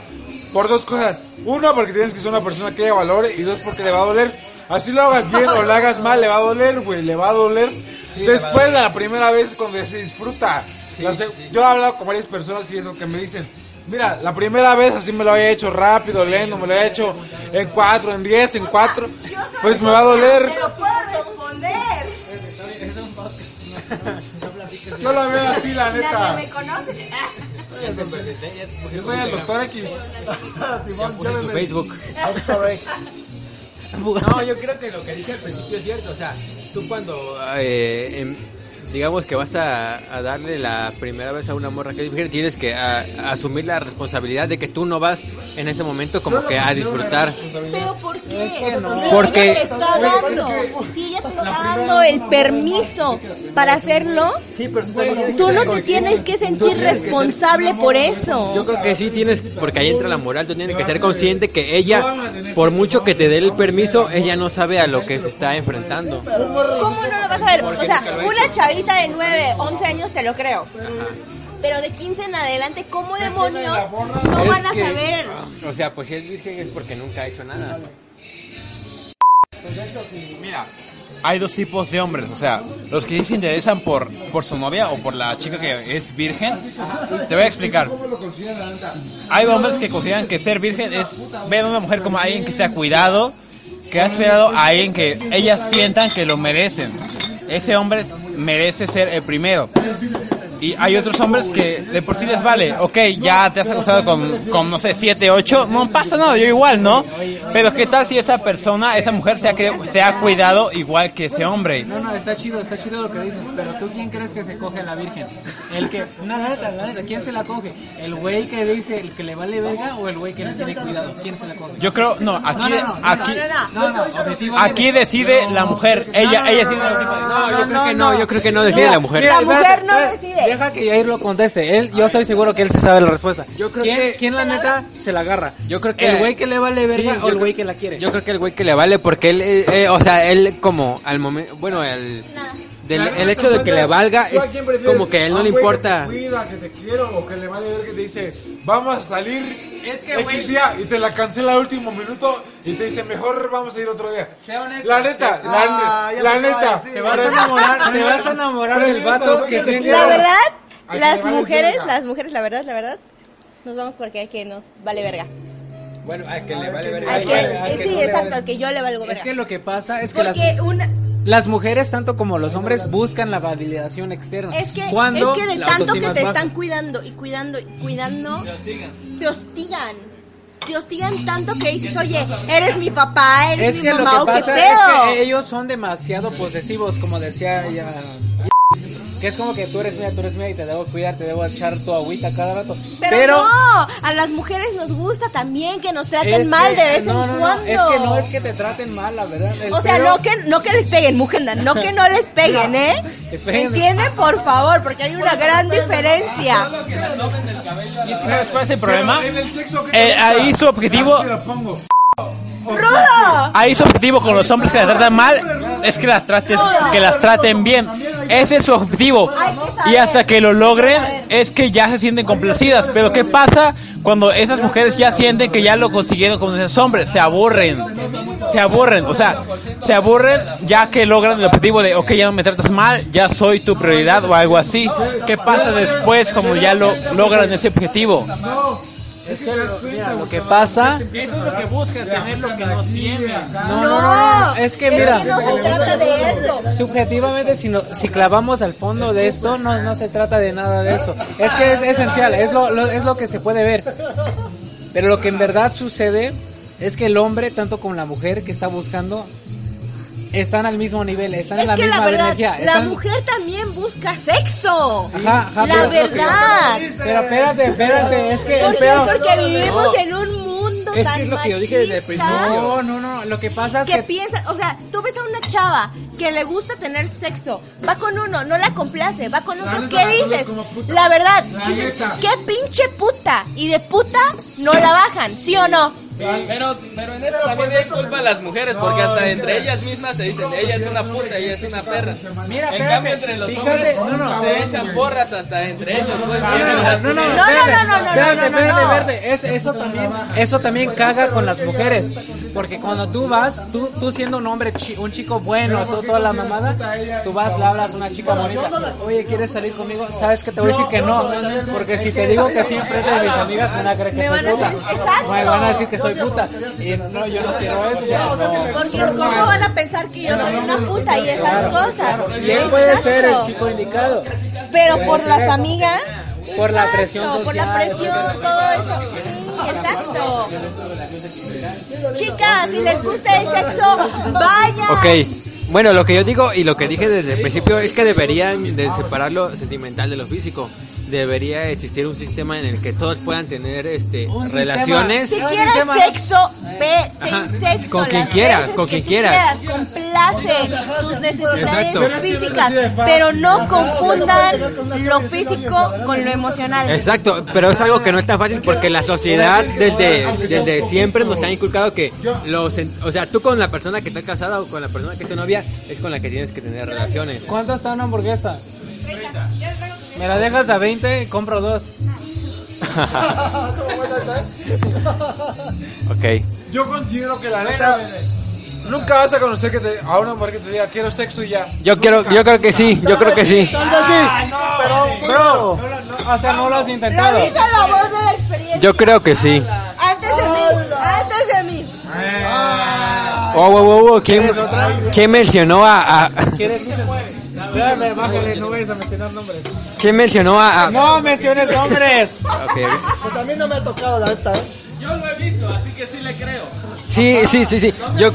[SPEAKER 4] por dos cosas. Uno, porque tienes que ser una persona que ella valore y dos, porque le va a doler. Así lo hagas bien o lo hagas mal, le va a doler, güey, le va a doler. Después de la primera vez cuando ya se disfruta. La seg- Yo he hablado con varias personas y es lo que me dicen. Mira, la primera vez así me lo había hecho rápido, lento, me lo había hecho en cuatro, en diez, en cuatro.
[SPEAKER 3] Ah,
[SPEAKER 4] Pues me va a doler.
[SPEAKER 3] Te lo puedo responder.
[SPEAKER 4] Yo lo veo así, la neta.
[SPEAKER 3] Nadie me conoce.
[SPEAKER 4] Yo soy el doctor X.
[SPEAKER 5] en su Facebook. No, yo creo que lo que dije al principio es cierto. O sea, tú cuando, eh, em, digamos que vas a, a darle la primera vez a una morra que es virgen, tienes que a- asumir la responsabilidad de que tú no vas en ese momento como que a disfrutar.
[SPEAKER 3] ¿Pero por qué? Si
[SPEAKER 5] Porque-
[SPEAKER 3] ella te está dando, si ella te está dando el permiso para hacerlo, tú no te tienes que sentir responsable por
[SPEAKER 5] Yo
[SPEAKER 3] eso.
[SPEAKER 5] creo que sí tienes, porque ahí entra la moral, tú tienes que ser consciente que ella, por mucho que te dé el permiso, ella no sabe a lo que se está enfrentando.
[SPEAKER 3] ¿Cómo no lo vas a ver? O sea, una chavita de 9, 11 años te lo creo. Pero de 15 en adelante, ¿cómo demonios no van a
[SPEAKER 5] Es que-
[SPEAKER 3] saber?
[SPEAKER 5] O sea, pues si es virgen es porque nunca ha hecho nada.
[SPEAKER 8] Hay dos tipos de hombres, o sea, los que sí se interesan por, por su novia o por la chica que es virgen. Te voy a explicar. Hay hombres que consideran que ser virgen es ver a una mujer como alguien que se ha cuidado, que ha esperado a alguien que ellas sientan que lo merecen. Ese hombre merece ser el primero. Y hay otros hombres que de por sí les vale, ok, ya te has acostado con, con no sé, 7, 8, no pasa nada, yo igual, ¿no? Pero ¿qué tal si esa persona, esa mujer se ha, cre- se ha cuidado igual que ese hombre?
[SPEAKER 6] No, no, está chido, está chido lo que dices, pero tú quién crees que se coge a la Virgen? El que, no, la neta, la neta, ¿quién se la coge? ¿El güey que dice el que le vale verga o el güey que no tiene cuidado? ¿Quién se la coge?
[SPEAKER 8] Yo creo, no,
[SPEAKER 6] No,
[SPEAKER 8] aquí,
[SPEAKER 6] no, no,
[SPEAKER 8] aquí,
[SPEAKER 6] No, no, objetivamente.
[SPEAKER 8] aquí decide la mujer, ella, ella tiene la última-
[SPEAKER 5] No, yo creo que no, yo creo que no decide
[SPEAKER 6] Mira,
[SPEAKER 5] la mujer.
[SPEAKER 6] mira,
[SPEAKER 3] La mujer
[SPEAKER 6] espérate,
[SPEAKER 3] no
[SPEAKER 6] espérate,
[SPEAKER 3] decide.
[SPEAKER 6] Deja que Yair lo conteste. Él, yo estoy seguro que él se sabe la respuesta.
[SPEAKER 5] Yo creo
[SPEAKER 6] ¿Quién,
[SPEAKER 5] que-
[SPEAKER 6] ¿Quién la neta se la agarra?
[SPEAKER 5] Yo creo que-
[SPEAKER 6] ¿El güey que le vale
[SPEAKER 5] Sí,
[SPEAKER 6] verga
[SPEAKER 5] yo
[SPEAKER 6] o el
[SPEAKER 5] creo-
[SPEAKER 6] güey que la quiere?
[SPEAKER 5] Yo creo que el güey que le vale, porque él, eh, eh, o sea, él como al momento, bueno, el, del-
[SPEAKER 4] Claro,
[SPEAKER 5] el
[SPEAKER 4] no
[SPEAKER 5] hecho
[SPEAKER 4] se
[SPEAKER 5] de que
[SPEAKER 4] ofende.
[SPEAKER 5] le valga
[SPEAKER 4] ¿Tú a
[SPEAKER 5] es
[SPEAKER 4] quién prefieres?
[SPEAKER 5] como que a él
[SPEAKER 4] ¿A
[SPEAKER 5] no
[SPEAKER 4] un
[SPEAKER 5] le
[SPEAKER 4] "Ah, güey
[SPEAKER 5] importa.
[SPEAKER 4] Que te cuida, que te quiero o que le vale ver que te dice, vamos a salir
[SPEAKER 6] Es que,
[SPEAKER 4] X
[SPEAKER 6] güey.
[SPEAKER 4] día y te la cancela al último minuto y te dice, mejor vamos a ir otro día.
[SPEAKER 6] Sea honesto.
[SPEAKER 4] La neta, la,
[SPEAKER 1] Ah, ya
[SPEAKER 4] la
[SPEAKER 1] me acaba
[SPEAKER 4] neta.
[SPEAKER 1] de decir.
[SPEAKER 6] Te vas a enamorar, te vas a enamorar del
[SPEAKER 4] Prefieres al
[SPEAKER 6] vato
[SPEAKER 4] güey
[SPEAKER 6] que
[SPEAKER 4] que te
[SPEAKER 6] tenga...
[SPEAKER 4] quiere.
[SPEAKER 3] La verdad,
[SPEAKER 4] Ay, que
[SPEAKER 3] las
[SPEAKER 4] me vale
[SPEAKER 3] mujeres,
[SPEAKER 4] verga.
[SPEAKER 3] las mujeres, la verdad, la verdad, Nos vamos porque hay que nos vale verga.
[SPEAKER 5] Bueno, al que le vale
[SPEAKER 3] Al
[SPEAKER 5] ver.
[SPEAKER 3] que,
[SPEAKER 6] vale, al que
[SPEAKER 3] sí,
[SPEAKER 6] no le
[SPEAKER 3] exacto,
[SPEAKER 6] vale.
[SPEAKER 3] al que yo le valgo
[SPEAKER 6] Es
[SPEAKER 3] verga.
[SPEAKER 6] que lo que pasa es que las,
[SPEAKER 3] Porque una...
[SPEAKER 6] las mujeres, tanto como los hombres, buscan la validación externa.
[SPEAKER 3] Es que,
[SPEAKER 6] Cuando
[SPEAKER 3] es que de
[SPEAKER 6] la
[SPEAKER 3] tanto que
[SPEAKER 6] autoestima
[SPEAKER 3] te
[SPEAKER 6] es baja.
[SPEAKER 3] están cuidando y cuidando y cuidando, te hostigan. Te hostigan tanto que dices, oye, eres mi papá,
[SPEAKER 6] Es
[SPEAKER 3] eres mi
[SPEAKER 6] que lo
[SPEAKER 3] mamá,
[SPEAKER 6] que
[SPEAKER 3] o qué
[SPEAKER 6] pasa
[SPEAKER 3] pedo.
[SPEAKER 6] es que ellos son demasiado posesivos, como decía ella. Que es como que tú eres mía, tú eres mía y te debo cuidar, te debo echar tu agüita cada rato.
[SPEAKER 3] Pero, no, a las mujeres nos gusta también que nos traten
[SPEAKER 6] es
[SPEAKER 3] mal
[SPEAKER 6] que- eh,
[SPEAKER 3] de vez
[SPEAKER 6] no,
[SPEAKER 3] en
[SPEAKER 6] no, no,
[SPEAKER 3] cuando.
[SPEAKER 6] es que no es que te traten mal, la verdad. El
[SPEAKER 3] O sea,
[SPEAKER 6] pero-
[SPEAKER 3] no que, no que les peguen, Mujenda, no que no les peguen, ¿eh?
[SPEAKER 6] Esperen.
[SPEAKER 3] ¿Entienden? Por favor, porque hay una gran diferencia.
[SPEAKER 8] Y es que ¿sabes cuál es el problema?
[SPEAKER 4] En el sexo que
[SPEAKER 8] Eh, ahí su objetivo,
[SPEAKER 4] te la pongo.
[SPEAKER 3] ¡Rudo!
[SPEAKER 8] ahí su objetivo con los hombres que las tratan mal es que las trates, que las traten bien. Ese es su objetivo. Y hasta que lo logren es que ya se sienten complacidas. Pero ¿qué pasa cuando esas mujeres ya sienten que ya lo consiguieron con esos hombres? Se aburren. Se aburren. O sea, se aburren ya que logran el objetivo de, ok, ya no me tratas mal, ya soy tu prioridad o algo así. ¿Qué pasa después cuando ya lo logran ese objetivo?
[SPEAKER 6] Es que lo, mira, lo que pasa.
[SPEAKER 8] Eso es lo que buscas, tener lo que no tienes.
[SPEAKER 6] No, no, no, no, es que mira.
[SPEAKER 3] no se trata de esto.
[SPEAKER 6] Subjetivamente, si, no- si clavamos al fondo de esto, no, no se trata de nada de eso. Es que es esencial, es lo, lo- es lo que se puede ver. Pero lo que en verdad sucede es que el hombre, tanto como la mujer que está buscando, están al mismo nivel, están en la
[SPEAKER 3] Es que
[SPEAKER 6] misma
[SPEAKER 3] la verdad,
[SPEAKER 6] energía.
[SPEAKER 3] la
[SPEAKER 6] están-
[SPEAKER 3] mujer también busca sexo.
[SPEAKER 6] Ajá, ajá, pero
[SPEAKER 3] la
[SPEAKER 6] es lo que-
[SPEAKER 3] verdad.
[SPEAKER 6] Pero espérate, espérate, es que
[SPEAKER 3] ¿Por
[SPEAKER 6] el
[SPEAKER 3] qué?
[SPEAKER 6] pedo.
[SPEAKER 3] Porque vivimos en un mundo
[SPEAKER 5] Es
[SPEAKER 3] tan
[SPEAKER 5] que es lo que yo dije desde el
[SPEAKER 3] machista
[SPEAKER 5] principio.
[SPEAKER 6] No, no, no, lo que pasa es
[SPEAKER 3] Que
[SPEAKER 6] que.
[SPEAKER 3] piensa, o sea, tú ves a una chava que le gusta tener sexo, va con uno, no la complace, va con otro, ¿qué dices? La verdad, dices, qué pinche puta, y de puta no la bajan, ¿sí o no?
[SPEAKER 7] Pero, pero en eso también hay culpa a las mujeres, porque hasta entre ellas mismas se dicen, ella es una puta, ella es una perra.
[SPEAKER 6] Mira,
[SPEAKER 7] en
[SPEAKER 6] espérate,
[SPEAKER 7] cambio, entre los
[SPEAKER 6] fíjate,
[SPEAKER 7] hombres
[SPEAKER 6] no, no, Ah,
[SPEAKER 7] se echan porras hasta entre ellos. Pues,
[SPEAKER 6] No, no, no,
[SPEAKER 3] no,
[SPEAKER 6] espérate,
[SPEAKER 3] no, no, no,
[SPEAKER 6] espérate,
[SPEAKER 3] no, no,
[SPEAKER 6] espérate,
[SPEAKER 3] no.
[SPEAKER 6] espérate. Es- eso también, eso también caga con las mujeres, porque cuando tú vas, tú, tú siendo un hombre, chi- un chico bueno, tú toda la mamada, tú vas, le hablas a una chica bonita, oye, ¿quieres salir conmigo? Sabes que te voy a decir que no, porque si te digo que siempre de mis amigas me van a creer que
[SPEAKER 3] Me
[SPEAKER 6] soy
[SPEAKER 3] van a
[SPEAKER 6] puta,
[SPEAKER 3] decir, exacto.
[SPEAKER 6] me van a decir que soy puta, y no, yo no quiero eso. yo no.
[SPEAKER 3] Porque ¿cómo van a pensar que yo soy una puta y esas cosas?
[SPEAKER 6] Y él puede ser el
[SPEAKER 3] Exacto.
[SPEAKER 6] chico indicado
[SPEAKER 3] Pero por las amigas.
[SPEAKER 6] por la
[SPEAKER 3] exacto,
[SPEAKER 6] presión social.
[SPEAKER 3] Por la presión, todo eso. Sí, exacto. Chicas, si les gusta el sexo, vayan.
[SPEAKER 5] Ok. Bueno, lo que yo digo y lo que dije desde el principio es que deberían de separar lo sentimental de lo físico. Debería existir un sistema en el que todos puedan tener este
[SPEAKER 6] Un sistema.
[SPEAKER 5] relaciones.
[SPEAKER 3] Si
[SPEAKER 6] Ay,
[SPEAKER 3] quieres
[SPEAKER 6] qué mal.
[SPEAKER 3] sexo, ve,
[SPEAKER 5] Ajá.
[SPEAKER 3] ten sexo.
[SPEAKER 5] Con quien
[SPEAKER 3] las
[SPEAKER 5] quieras,
[SPEAKER 3] veces
[SPEAKER 5] con
[SPEAKER 3] que
[SPEAKER 5] quien
[SPEAKER 3] tú
[SPEAKER 5] quieras.
[SPEAKER 3] Complace tus necesidades
[SPEAKER 5] Exacto.
[SPEAKER 3] físicas, pero no confundan lo físico con lo emocional.
[SPEAKER 5] Exacto, pero es algo que no es tan fácil porque la sociedad desde, desde siempre nos ha inculcado que los, en- o sea, tú con la persona que está casada o con la persona que es tu novia es con la que tienes que tener relaciones.
[SPEAKER 6] ¿Cuánto está una hamburguesa? Me la dejas a 20 y compro dos.
[SPEAKER 2] Ok.
[SPEAKER 4] Yo considero que la neta. Nunca basta con usted que te, a una mujer que te diga quiero sexo y ya.
[SPEAKER 5] Yo quiero, yo creo que sí, yo creo que sí.
[SPEAKER 1] Algo
[SPEAKER 8] Ah,
[SPEAKER 1] así. pero, bro.
[SPEAKER 6] O sea, no lo has
[SPEAKER 3] Lo
[SPEAKER 6] intentado.
[SPEAKER 3] dice la voz de la experiencia.
[SPEAKER 5] Yo creo que sí.
[SPEAKER 3] Antes de mí, antes de mí.
[SPEAKER 5] Oh, wow, wow, wow, ¿Quién, quién mencionó a, a-
[SPEAKER 6] ¿Quieres? Espérame, bájale, no vayas a mencionar nombres.
[SPEAKER 5] quién mencionó a, a-
[SPEAKER 6] No menciones nombres.
[SPEAKER 5] Ok, ok.
[SPEAKER 1] Pues a mí no me ha tocado la neta, ¿eh?
[SPEAKER 5] Sí, sí, sí, sí. Yo,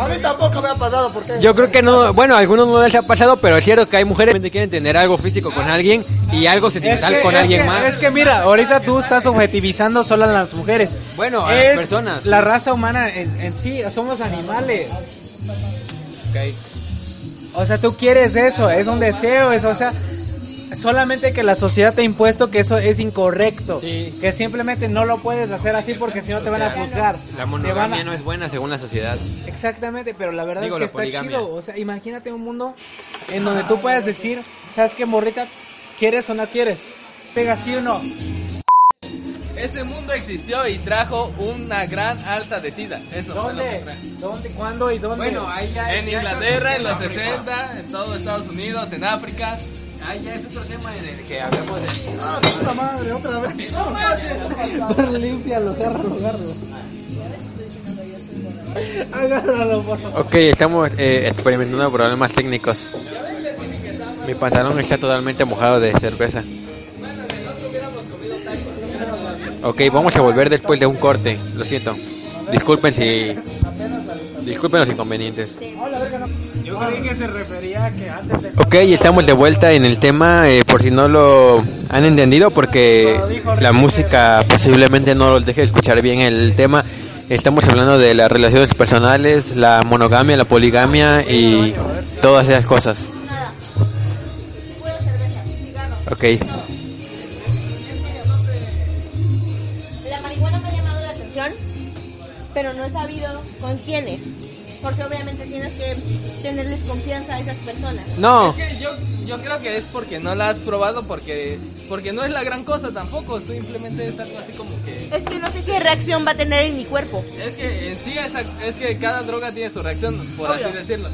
[SPEAKER 1] A mí tampoco me ha pasado porque.
[SPEAKER 5] yo creo que no, bueno, a algunos no les ha pasado, pero es cierto que hay mujeres que quieren tener algo físico con alguien y algo
[SPEAKER 6] Es
[SPEAKER 5] sentimental
[SPEAKER 6] que,
[SPEAKER 5] con
[SPEAKER 6] es
[SPEAKER 5] alguien
[SPEAKER 6] que-
[SPEAKER 5] más.
[SPEAKER 6] es que mira, ahorita tú estás objetivizando solo a las mujeres.
[SPEAKER 5] Bueno, a las
[SPEAKER 6] es
[SPEAKER 5] personas.
[SPEAKER 6] La raza humana en, en sí, somos animales. O sea, tú quieres eso, es un deseo, es, o sea, solamente que la sociedad te ha impuesto que eso es incorrecto,
[SPEAKER 5] Sí.
[SPEAKER 6] que simplemente no lo puedes hacer así porque si no te van a juzgar.
[SPEAKER 5] La
[SPEAKER 6] te van a-
[SPEAKER 5] monogamia no es buena según la sociedad.
[SPEAKER 6] Exactamente, pero la verdad
[SPEAKER 5] Digo, la
[SPEAKER 6] es que está
[SPEAKER 5] poligamia.
[SPEAKER 6] chido. O sea, imagínate un mundo en donde tú puedas decir, ¿sabes qué, morrita? ¿Quieres o no quieres? Pega sí o no.
[SPEAKER 7] Ese mundo existió y trajo una gran alza de sida. Eso fue lo que
[SPEAKER 6] ¿Dónde?
[SPEAKER 7] trajo.
[SPEAKER 6] ¿Dónde? ¿Cuándo y dónde?
[SPEAKER 7] en Inglaterra, en los 60, en todo Estados Unidos, en África,
[SPEAKER 9] Ahí ya es otro tema en el que hablamos de...
[SPEAKER 1] Ah, puta madre, otra vez.
[SPEAKER 6] Límpialo, agárralo, agárralo. Agárralo, por favor.
[SPEAKER 5] Ok, estamos eh, experimentando problemas técnicos. Mi pantalón está totalmente mojado de cerveza. Ok, vamos a volver después de un corte. Lo siento. Disculpen si. Disculpen los inconvenientes.
[SPEAKER 6] Yo creí que se refería a que antes de.
[SPEAKER 5] Ok, y estamos de vuelta en el tema, eh, por si no lo han entendido, porque la música posiblemente no los deje escuchar bien el tema. Estamos hablando de las relaciones personales, la monogamia, la poligamia y todas esas cosas. Ok,
[SPEAKER 3] La marihuana me ha llamado la atención, pero no he sabido con quiénes. Porque obviamente tienes que tenerles confianza a esas personas.
[SPEAKER 5] no,
[SPEAKER 7] Es que yo, yo creo que es porque no la has probado, porque, porque no es la gran cosa tampoco, simplemente es algo así como que...
[SPEAKER 3] Es que no sé qué reacción va a tener en mi cuerpo.
[SPEAKER 7] Es que en sí es, a- es que cada droga tiene su reacción, por así decirlo.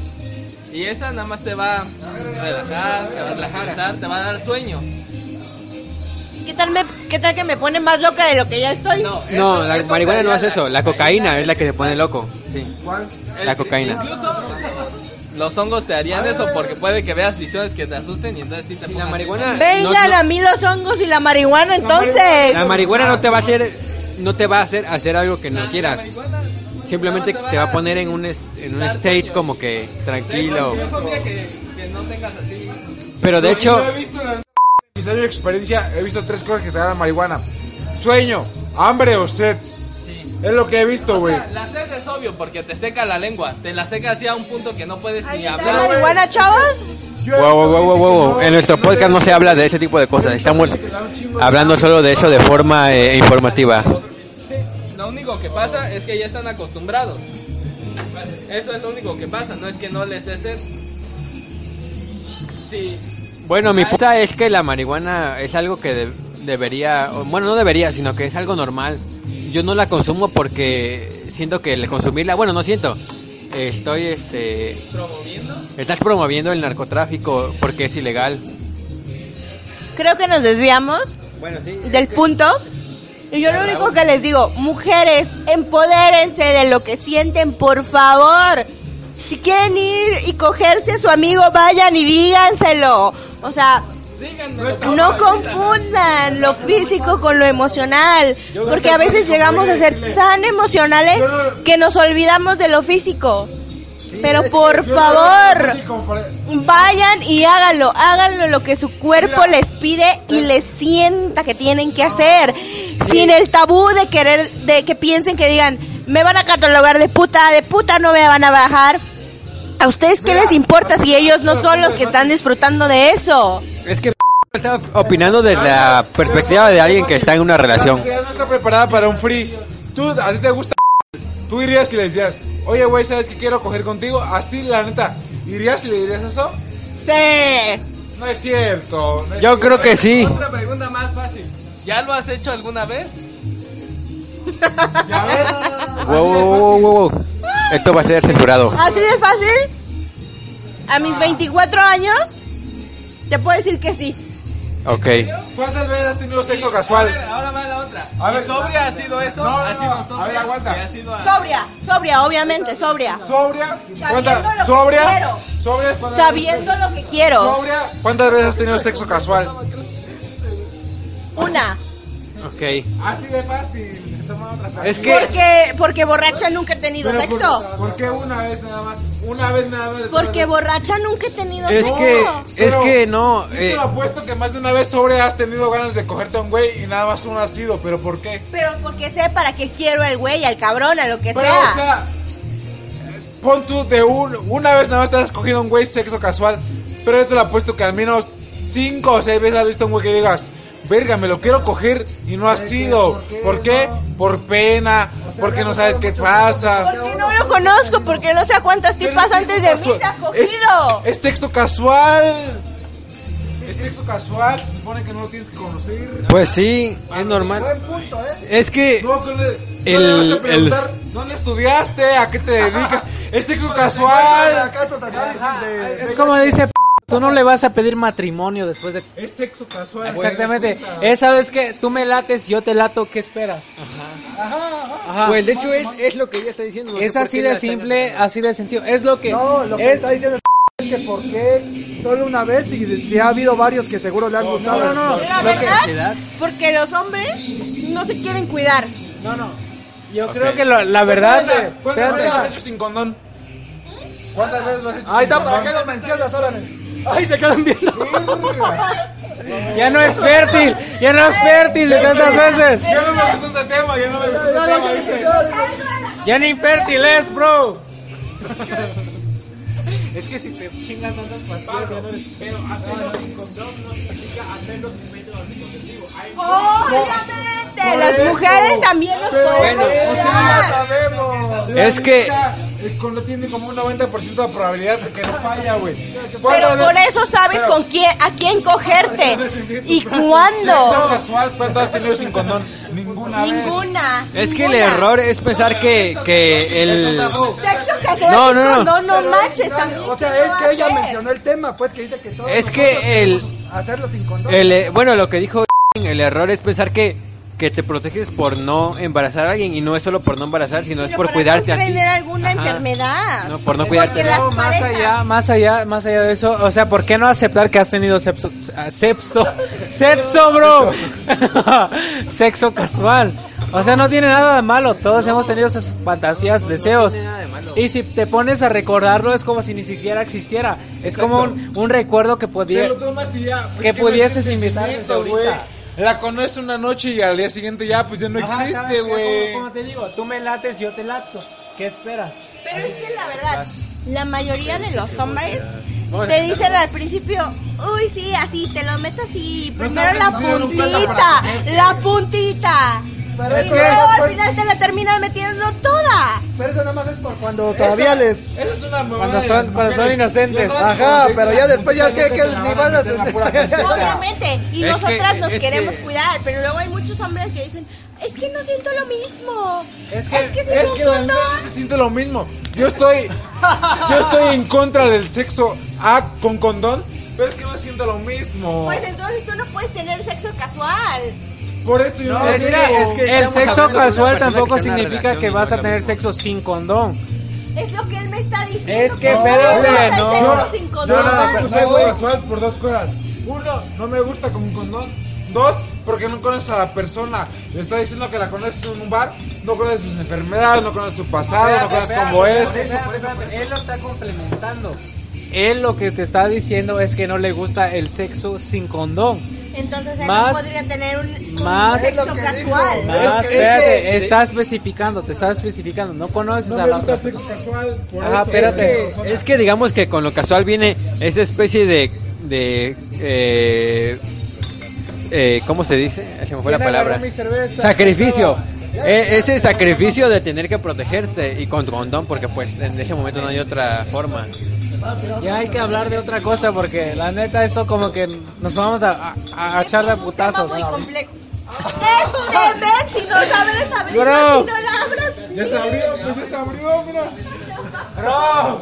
[SPEAKER 7] Y esa nada más te va a relajar, te va a tranquilizar, te va a dar sueño.
[SPEAKER 3] ¿Qué tal, me, ¿Qué tal que me pone más loca de lo que ya estoy?
[SPEAKER 7] No,
[SPEAKER 5] no,
[SPEAKER 7] eso-
[SPEAKER 5] la
[SPEAKER 7] eso
[SPEAKER 5] marihuana no hace
[SPEAKER 7] sería
[SPEAKER 5] eso, la cocaína es la que te pone loco. Sí, la cocaína.
[SPEAKER 7] Incluso los hongos te harían eso porque puede que veas visiones que te asusten y entonces sí te
[SPEAKER 5] Y la
[SPEAKER 7] pongas-
[SPEAKER 5] marihuana. no-
[SPEAKER 3] Vengan
[SPEAKER 5] no-
[SPEAKER 3] a mí los hongos y la marihuana entonces.
[SPEAKER 5] La marihuana no te va a hacer, no te va a hacer hacer algo que no quieras. Simplemente te va a poner en un es- en un state como que
[SPEAKER 7] De hecho,
[SPEAKER 5] tranquilo.
[SPEAKER 7] yo sabía que, que no tengas así.
[SPEAKER 5] Pero de hecho,
[SPEAKER 4] Yo he visto en el episodio de experiencia, he visto tres cosas que te dan la marihuana. Sueño, hambre o sed. Es lo que he visto, güey.
[SPEAKER 7] La sed es obvio porque te seca la lengua, te la seca así a un punto que no puedes
[SPEAKER 3] Ahí
[SPEAKER 7] ni
[SPEAKER 3] está
[SPEAKER 7] hablar.
[SPEAKER 3] la marihuana, chavos?
[SPEAKER 4] Yo he
[SPEAKER 5] wow, wow,
[SPEAKER 4] visto
[SPEAKER 5] wow, wow,
[SPEAKER 4] gente que
[SPEAKER 5] wow,
[SPEAKER 4] no-
[SPEAKER 5] en nuestro
[SPEAKER 4] que no
[SPEAKER 5] podcast
[SPEAKER 4] le-
[SPEAKER 5] no se habla de ese tipo de cosas. Estamos hablando solo de eso de forma eh, informativa.
[SPEAKER 7] Sí, lo único que pasa es que ya están acostumbrados. Eso es lo único que pasa, no es que no les dé sed. Sí,
[SPEAKER 5] Bueno, mi puta es que la marihuana es algo que de- debería, o, bueno, no debería, sino que es algo normal. Yo no la consumo porque siento que el consumirla, bueno, no siento. Estoy este
[SPEAKER 7] promoviendo.
[SPEAKER 5] Estás promoviendo el narcotráfico porque es ilegal.
[SPEAKER 3] Creo que nos desviamos
[SPEAKER 5] Bueno, sí.
[SPEAKER 3] del punto. Y yo lo único que les digo, mujeres, empodérense de lo que sienten, por favor. Si quieren ir y cogerse a su amigo, vayan y díganselo. O sea, no confundan lo físico con lo emocional, porque a veces llegamos a ser tan emocionales que nos olvidamos de lo físico. Pero por
[SPEAKER 4] Yo no lo veo
[SPEAKER 3] favor,
[SPEAKER 4] así como para-
[SPEAKER 3] Vayan y háganlo, háganlo lo que su cuerpo les pide y les sienta que tienen que hacer, sin el tabú de querer, de que piensen que digan, me van a catalogar de puta, de puta no me van a bajar. ¿A ustedes qué les importa si ellos no son los que están disfrutando de eso?
[SPEAKER 5] Es que está opinando desde la perspectiva de alguien que está en una relación.
[SPEAKER 4] La sociedad no está preparada para un free. Tú, a ti te gusta. Tú irías y le decías, oye, güey, ¿sabes qué quiero coger contigo? Así, la neta, ¿irías y le dirías eso?
[SPEAKER 3] Sí.
[SPEAKER 4] No es cierto. no es
[SPEAKER 5] Yo creo que sí.
[SPEAKER 7] Otra pregunta más fácil. ¿Ya lo has hecho alguna vez?
[SPEAKER 4] cierto. Ya ves.
[SPEAKER 5] Wow, wow, wow, wow, wow. Esto va a ser censurado.
[SPEAKER 3] ¿Así de fácil? A mis 24 años, te puedo decir que sí.
[SPEAKER 5] Ok.
[SPEAKER 4] ¿Cuántas veces has tenido sexo
[SPEAKER 7] A
[SPEAKER 4] casual?
[SPEAKER 7] ver, ahora va la otra.
[SPEAKER 4] A ver.
[SPEAKER 7] ¿Y sobria ha sido eso?
[SPEAKER 4] No, no,
[SPEAKER 7] ¿Ha sido
[SPEAKER 4] no.
[SPEAKER 7] sobria?
[SPEAKER 4] A ver, aguanta.
[SPEAKER 7] ¿Y ha sido a-
[SPEAKER 3] Sobria, sobria, obviamente, sobria.
[SPEAKER 4] ¿Sobria?
[SPEAKER 3] Sabiendo lo que
[SPEAKER 4] ¿Cuántas? ¿Sobria?
[SPEAKER 3] quiero.
[SPEAKER 4] ¿Sobria? ¿Cuántas
[SPEAKER 3] Sabiendo
[SPEAKER 4] veces-
[SPEAKER 3] lo que quiero.
[SPEAKER 4] ¿Sobria? ¿Cuántas veces has tenido sexo casual?
[SPEAKER 3] Una.
[SPEAKER 5] Ok.
[SPEAKER 4] Así de fácil. Toma otra cosa.
[SPEAKER 5] Es que
[SPEAKER 3] Porque, porque borracha nunca he tenido
[SPEAKER 4] Pero ¿por-
[SPEAKER 3] sexo.
[SPEAKER 4] ¿Por qué una vez nada más? Una vez nada más.
[SPEAKER 3] Porque borracha nunca he tenido
[SPEAKER 5] es
[SPEAKER 3] sexo.
[SPEAKER 5] que es que no
[SPEAKER 4] Yo te
[SPEAKER 5] eh,
[SPEAKER 4] lo apuesto que más de una vez sobre has tenido ganas de cogerte a un güey y nada más uno ha sido, pero ¿por qué?
[SPEAKER 3] Pero porque sé para qué quiero al güey, al cabrón, a lo que
[SPEAKER 4] Pero,
[SPEAKER 3] sea.
[SPEAKER 4] o sea, pon tú de un, una vez nada más te has cogido a un güey sexo casual, pero yo te lo apuesto que al menos cinco o seis veces has visto a un güey que digas, verga, me lo quiero coger y no ha sido. ¿Por qué? Por pena, porque no sabes qué pasa.
[SPEAKER 3] porque no lo conozco, porque no sé a cuántas
[SPEAKER 4] Pero
[SPEAKER 3] tipas
[SPEAKER 4] es
[SPEAKER 3] antes de
[SPEAKER 4] sexo
[SPEAKER 3] mí se ha
[SPEAKER 4] casual. Es-
[SPEAKER 3] cogido.
[SPEAKER 4] Es, sexo casual. Es sexo casual, se supone que no lo tienes que conocer.
[SPEAKER 5] pues sí, es normal.
[SPEAKER 1] Buen punto, ¿eh?
[SPEAKER 5] Es que
[SPEAKER 4] No, tú le-
[SPEAKER 5] El-
[SPEAKER 4] no le vas a preguntar
[SPEAKER 5] el-
[SPEAKER 4] dónde estudiaste, a qué te dedicas. Es sexo
[SPEAKER 1] Para
[SPEAKER 4] casual.
[SPEAKER 5] Eh,
[SPEAKER 1] acá tus análisis de-
[SPEAKER 6] Es como dice p Tú no le vas a pedir matrimonio después de...
[SPEAKER 4] Es sexo
[SPEAKER 5] Ah,
[SPEAKER 4] casual. güey.
[SPEAKER 6] Exactamente. Es, ¿sabes que Tú me lates, yo te lato, ¿qué esperas? Ajá.
[SPEAKER 5] Pues de hecho es, es lo que ella está diciendo. no sé
[SPEAKER 6] Es
[SPEAKER 5] por
[SPEAKER 6] así
[SPEAKER 5] qué la
[SPEAKER 6] de
[SPEAKER 5] están
[SPEAKER 6] simple, así de sencillo. Es lo que...
[SPEAKER 1] No, lo que
[SPEAKER 6] es...
[SPEAKER 1] está diciendo el es que por qué solo una vez y si ha habido varios que seguro le han gustado.
[SPEAKER 6] no, no, no.
[SPEAKER 3] La
[SPEAKER 6] Lo que-
[SPEAKER 3] verdad, porque los hombres no se quieren cuidar.
[SPEAKER 6] No, no. Yo creo que lo- la verdad... eh,
[SPEAKER 4] ¿Cuántas veces lo has
[SPEAKER 6] espérate.
[SPEAKER 4] hecho sin condón? ¿Cuántas veces lo has hecho
[SPEAKER 1] Ahí
[SPEAKER 4] sin
[SPEAKER 1] está, ¿para qué
[SPEAKER 4] condón?
[SPEAKER 1] lo mencionas ahora? Ay, se quedan viendo.
[SPEAKER 6] Ya no es fértil, ya no es fértil de tantas veces.
[SPEAKER 4] Ya no me gustó este tema, ya no me gustó este tema, dice.
[SPEAKER 6] Ya ni fértil es, bro. Es que si te chingas tantas pastillas ya no eres feo.
[SPEAKER 3] Obviamente, las mujeres también los podemos cuidar.
[SPEAKER 4] pues sabemos.
[SPEAKER 5] Es que-
[SPEAKER 4] Cuando tiene como un 90% de probabilidad de que no falla, güey.
[SPEAKER 3] Pero por eso sabes con quién, a quién cogerte y
[SPEAKER 4] Sexo
[SPEAKER 3] cuándo.
[SPEAKER 4] casual, ¿cuánto has tenido sin condón? Ninguna vez.
[SPEAKER 3] Ninguna.
[SPEAKER 5] Es que el
[SPEAKER 3] ninguna.
[SPEAKER 5] error es pensar que, que el...
[SPEAKER 3] Sexo casual.
[SPEAKER 5] No, no, no.
[SPEAKER 3] no. No, no manches. también
[SPEAKER 1] O
[SPEAKER 3] se
[SPEAKER 1] sea, es
[SPEAKER 3] va
[SPEAKER 1] que
[SPEAKER 3] a
[SPEAKER 1] ella
[SPEAKER 3] hacer.
[SPEAKER 1] mencionó el tema, pues que dice que todo.
[SPEAKER 5] Es que el...
[SPEAKER 1] Hacerlo sin condón.
[SPEAKER 5] el eh, bueno, lo que dijo el error es pensar que, que te proteges por no embarazar a alguien y no es solo por no embarazar, sino es
[SPEAKER 3] Pero
[SPEAKER 5] por
[SPEAKER 3] para
[SPEAKER 5] cuidarte
[SPEAKER 3] no
[SPEAKER 5] a ti.
[SPEAKER 3] tener alguna enfermedad.
[SPEAKER 5] No, por no
[SPEAKER 3] Porque
[SPEAKER 5] cuidarte.
[SPEAKER 3] las
[SPEAKER 6] No, más
[SPEAKER 3] parejas-
[SPEAKER 6] allá, más allá, más allá de eso, o sea, ¿por qué no aceptar que has tenido sexo, sexo, sexo, bro? sexo casual. O sea, no tiene nada de malo, todos hemos tenido esas fantasías, deseos. Y si te pones a recordarlo es como si ni siquiera existiera. Es como un, un recuerdo que podía...
[SPEAKER 4] Te lo tomas y ya.
[SPEAKER 6] Que
[SPEAKER 4] pues, ¿qué
[SPEAKER 6] pudieses
[SPEAKER 4] me sientes
[SPEAKER 6] invitar
[SPEAKER 4] bonito,
[SPEAKER 6] desde ahorita?
[SPEAKER 4] güey? La conoces una noche y al día siguiente ya, pues ya no
[SPEAKER 6] Ajá,
[SPEAKER 4] existe,
[SPEAKER 6] ¿sabes?
[SPEAKER 4] güey.
[SPEAKER 6] Como, como te digo, tú me lates, yo te lato. ¿Qué esperas?
[SPEAKER 3] Pero es que la verdad, la mayoría de los hombres te dicen al principio, uy, sí, así, te lo meto así, primero la puntita, la puntita.
[SPEAKER 1] Pero
[SPEAKER 3] Y
[SPEAKER 1] eso,
[SPEAKER 3] luego
[SPEAKER 1] nada
[SPEAKER 3] al
[SPEAKER 1] más-
[SPEAKER 3] final te la terminan metiendo toda.
[SPEAKER 1] pero eso nada más es por cuando todavía les.
[SPEAKER 4] Esa es una mamada
[SPEAKER 6] Cuando
[SPEAKER 4] de
[SPEAKER 6] son-
[SPEAKER 4] las
[SPEAKER 6] cuando son
[SPEAKER 4] mujeres.
[SPEAKER 6] inocentes.
[SPEAKER 4] Ya sabes,
[SPEAKER 1] Ajá,
[SPEAKER 4] cuando te
[SPEAKER 1] pero
[SPEAKER 4] dicen
[SPEAKER 1] ya
[SPEAKER 4] la
[SPEAKER 1] después ya
[SPEAKER 4] puntita,
[SPEAKER 1] que,
[SPEAKER 4] no
[SPEAKER 1] que
[SPEAKER 4] te la
[SPEAKER 1] ni
[SPEAKER 4] van
[SPEAKER 1] van
[SPEAKER 4] a
[SPEAKER 1] a
[SPEAKER 4] meter en la pura jeta.
[SPEAKER 3] Obviamente, y
[SPEAKER 5] Es
[SPEAKER 3] nosotras
[SPEAKER 5] que-
[SPEAKER 3] nos
[SPEAKER 5] es
[SPEAKER 3] queremos
[SPEAKER 5] que-
[SPEAKER 3] cuidar, pero luego hay muchos hombres que dicen, es que no siento lo mismo.
[SPEAKER 6] Es
[SPEAKER 3] Es
[SPEAKER 6] que-
[SPEAKER 3] que, si
[SPEAKER 4] Es
[SPEAKER 3] me
[SPEAKER 4] que la
[SPEAKER 3] junto-
[SPEAKER 4] neta se siente lo mismo. Yo estoy yo estoy en contra del sexo A con condón, pero es que no siento lo mismo.
[SPEAKER 3] Pues entonces tú no puedes tener sexo casual.
[SPEAKER 4] Por eso yo no,
[SPEAKER 5] es
[SPEAKER 4] digo.
[SPEAKER 5] que- es que-
[SPEAKER 6] El
[SPEAKER 5] Estamos
[SPEAKER 6] sexo
[SPEAKER 5] hablando de una
[SPEAKER 6] casual
[SPEAKER 5] persona
[SPEAKER 6] tampoco
[SPEAKER 5] que tiene una
[SPEAKER 6] significa
[SPEAKER 5] relación
[SPEAKER 6] que
[SPEAKER 5] y
[SPEAKER 6] vas
[SPEAKER 5] no
[SPEAKER 6] a
[SPEAKER 5] es lo
[SPEAKER 6] tener
[SPEAKER 5] mismo.
[SPEAKER 6] sexo sin condón.
[SPEAKER 3] Es lo que él me está diciendo.
[SPEAKER 6] Es que,
[SPEAKER 3] ¿cómo
[SPEAKER 6] espérate,
[SPEAKER 3] vamos a hacer
[SPEAKER 6] no.
[SPEAKER 3] sexo
[SPEAKER 6] Yo-
[SPEAKER 3] sin
[SPEAKER 4] Yo
[SPEAKER 3] condón?
[SPEAKER 4] no,
[SPEAKER 6] No,
[SPEAKER 4] me
[SPEAKER 6] pero-
[SPEAKER 4] gusta el
[SPEAKER 6] no,
[SPEAKER 4] sexo
[SPEAKER 6] güey.
[SPEAKER 4] casual por dos cosas. Uno, no me gusta con condón. Dos, porque no conoces a la persona. Le está diciendo que la conoces en un bar, no conoces sus enfermedades, no conoces su pasado, no conoces cómo es.
[SPEAKER 6] Él lo está complementando. Él lo que te está diciendo es que no le gusta el sexo sin condón.
[SPEAKER 3] Entonces él
[SPEAKER 6] Más-
[SPEAKER 3] no podría tener un, un
[SPEAKER 6] más-
[SPEAKER 3] sexo
[SPEAKER 1] Es lo que
[SPEAKER 3] casual.
[SPEAKER 1] dijo.
[SPEAKER 6] Más,
[SPEAKER 5] Es que-
[SPEAKER 6] espérate,
[SPEAKER 5] es que-
[SPEAKER 6] está especificando, te está especificando. No conoces
[SPEAKER 4] No
[SPEAKER 6] a
[SPEAKER 4] me
[SPEAKER 6] la
[SPEAKER 4] gusta
[SPEAKER 6] otra
[SPEAKER 4] el sexo
[SPEAKER 6] persona.
[SPEAKER 4] casual. Por
[SPEAKER 6] Ajá,
[SPEAKER 4] eso,
[SPEAKER 6] espérate.
[SPEAKER 4] es que-
[SPEAKER 5] Es que digamos que con lo casual viene esa especie de... de eh, eh, ¿Cómo se dice? Se me fue la palabra. Sacrificio. E- ese sacrificio de tener que protegerse y con tu condón porque pues en ese momento no hay otra forma.
[SPEAKER 6] Ya hay que hablar de otra cosa porque la neta esto como que nos vamos a, a, a echar de
[SPEAKER 3] Es un tema
[SPEAKER 6] putazos.
[SPEAKER 3] muy
[SPEAKER 6] ¿no?
[SPEAKER 3] complejo. Este ven, si no sabes abrir,
[SPEAKER 6] Bro.
[SPEAKER 3] si no la abras.
[SPEAKER 4] Ya se abrió, pues ya se abrió, mira.
[SPEAKER 6] Bro,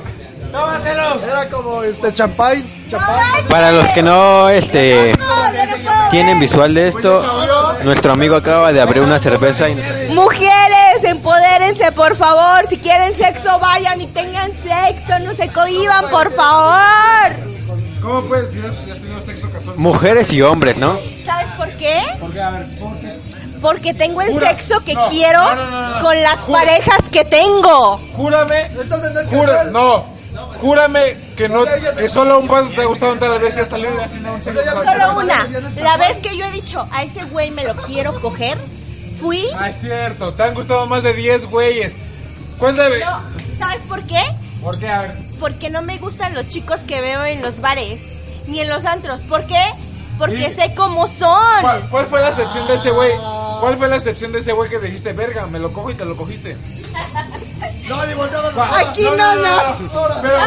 [SPEAKER 6] tómatelo.
[SPEAKER 1] Era como este champagne.
[SPEAKER 3] Ay,
[SPEAKER 5] Para los que no este
[SPEAKER 3] no, yo no puedo
[SPEAKER 5] tienen
[SPEAKER 3] ver.
[SPEAKER 5] visual de esto, nuestro amigo acaba de abrir una cerveza y
[SPEAKER 3] Mujeres, empodérense, por favor. Si quieren sexo, vayan y tengan sexo. No se cohiban, por favor.
[SPEAKER 4] ¿Cómo puedes decir eso si has tenido sexo casual?
[SPEAKER 5] mujeres y hombres, ¿no?
[SPEAKER 3] ¿Sabes por qué?
[SPEAKER 4] Porque, a ver, ¿por qué?
[SPEAKER 3] Porque tengo el
[SPEAKER 4] Jura.
[SPEAKER 3] sexo que
[SPEAKER 4] No,
[SPEAKER 3] quiero
[SPEAKER 4] no, no, no, no.
[SPEAKER 3] con las
[SPEAKER 4] Jura.
[SPEAKER 3] parejas que tengo.
[SPEAKER 4] Júrame,
[SPEAKER 1] Entonces no es
[SPEAKER 4] jura,
[SPEAKER 1] casual.
[SPEAKER 4] no, júrame que no, que solo un paso te ha gustado todas las veces que has salido y has tenido un sexo casual.
[SPEAKER 3] Solo una. La vez que yo he dicho, a ese güey me lo quiero coger, fui
[SPEAKER 4] Ah, es cierto, te han gustado más de 10 güeyes. Cuéntame.
[SPEAKER 3] No, ¿sabes por qué?
[SPEAKER 4] ¿Por qué? A ver.
[SPEAKER 3] Porque no me gustan los chicos que veo en los bares, ni en los antros. ¿Por qué? Porque
[SPEAKER 4] ¿Y?
[SPEAKER 3] sé cómo son.
[SPEAKER 4] ¿Cuál, cuál fue la excepción de ese güey? ¿Cuál fue la excepción de ese güey que dijiste, verga, me lo cojo y te lo cogiste? Ah, Va,
[SPEAKER 3] Aquí no,
[SPEAKER 4] Pero,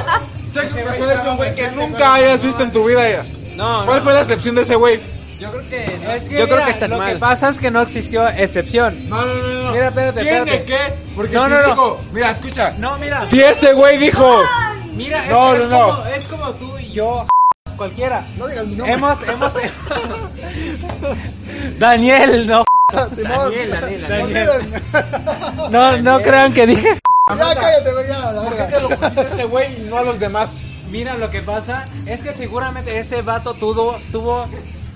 [SPEAKER 4] sexo casual es un güey que nunca hayas visto en tu vida ya.
[SPEAKER 5] No,
[SPEAKER 4] ¿Cuál fue la excepción de ese güey?
[SPEAKER 6] Es
[SPEAKER 5] Yo creo
[SPEAKER 6] mira,
[SPEAKER 5] que estás
[SPEAKER 6] lo que
[SPEAKER 5] mal.
[SPEAKER 6] pasa es que no existió excepción.
[SPEAKER 4] No, no, no, no.
[SPEAKER 6] Mira, espérate,
[SPEAKER 4] ¿Tiene
[SPEAKER 6] espérate.
[SPEAKER 4] que? Porque
[SPEAKER 6] No,
[SPEAKER 4] si
[SPEAKER 6] no, no.
[SPEAKER 4] dijo- mira, escucha.
[SPEAKER 6] No, mira.
[SPEAKER 4] Si este güey dijo,
[SPEAKER 6] Mira, es,
[SPEAKER 4] No,
[SPEAKER 6] es
[SPEAKER 4] no, no.
[SPEAKER 6] como, es como tú y yo cualquiera.
[SPEAKER 1] No digas mi nombre.
[SPEAKER 6] Hemos, hemos. Daniel, no.
[SPEAKER 1] Simón.
[SPEAKER 7] Daniel, Daniel, Daniel.
[SPEAKER 1] Olviden.
[SPEAKER 6] No, no crean que dije.
[SPEAKER 1] Ya cállate, güey, ya, la verga.
[SPEAKER 4] Ese este güey y no a los demás.
[SPEAKER 6] Mira, lo que pasa es que seguramente ese vato tuvo, tuvo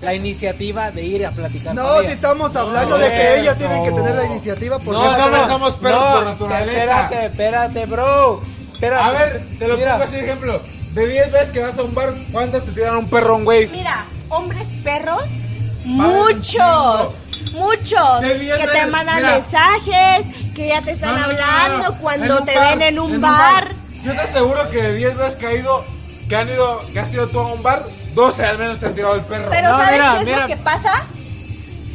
[SPEAKER 6] la iniciativa de ir a platicar.
[SPEAKER 1] No,
[SPEAKER 6] con
[SPEAKER 1] si
[SPEAKER 6] ella.
[SPEAKER 1] estamos hablando de que ella tiene que tener la iniciativa porque
[SPEAKER 4] No, no, no, somos perros por naturaleza.
[SPEAKER 6] Espérate, espérate, bro. Espérate.
[SPEAKER 4] A ver, te lo
[SPEAKER 6] Mira,
[SPEAKER 4] pongo así de ejemplo. De 10 veces que vas a un bar, ¿cuántas te tiran un perrón, güey?
[SPEAKER 3] Mira, hombres perros,
[SPEAKER 4] Valen
[SPEAKER 3] muchos, muchos
[SPEAKER 4] De diez
[SPEAKER 3] que te
[SPEAKER 4] veces,
[SPEAKER 3] mandan
[SPEAKER 4] mira.
[SPEAKER 3] mensajes, que ya te están
[SPEAKER 4] No, no, no,
[SPEAKER 3] hablando
[SPEAKER 4] no, no.
[SPEAKER 3] cuando te
[SPEAKER 4] bar,
[SPEAKER 3] ven en un bar.
[SPEAKER 4] Yo te aseguro que de 10 veces que ha ido, que han ido, que has ido tú a un bar, 12 al menos te han tirado el perro.
[SPEAKER 3] Pero
[SPEAKER 6] No,
[SPEAKER 3] ¿sabes
[SPEAKER 6] mira,
[SPEAKER 3] qué es
[SPEAKER 6] mira.
[SPEAKER 3] lo que pasa?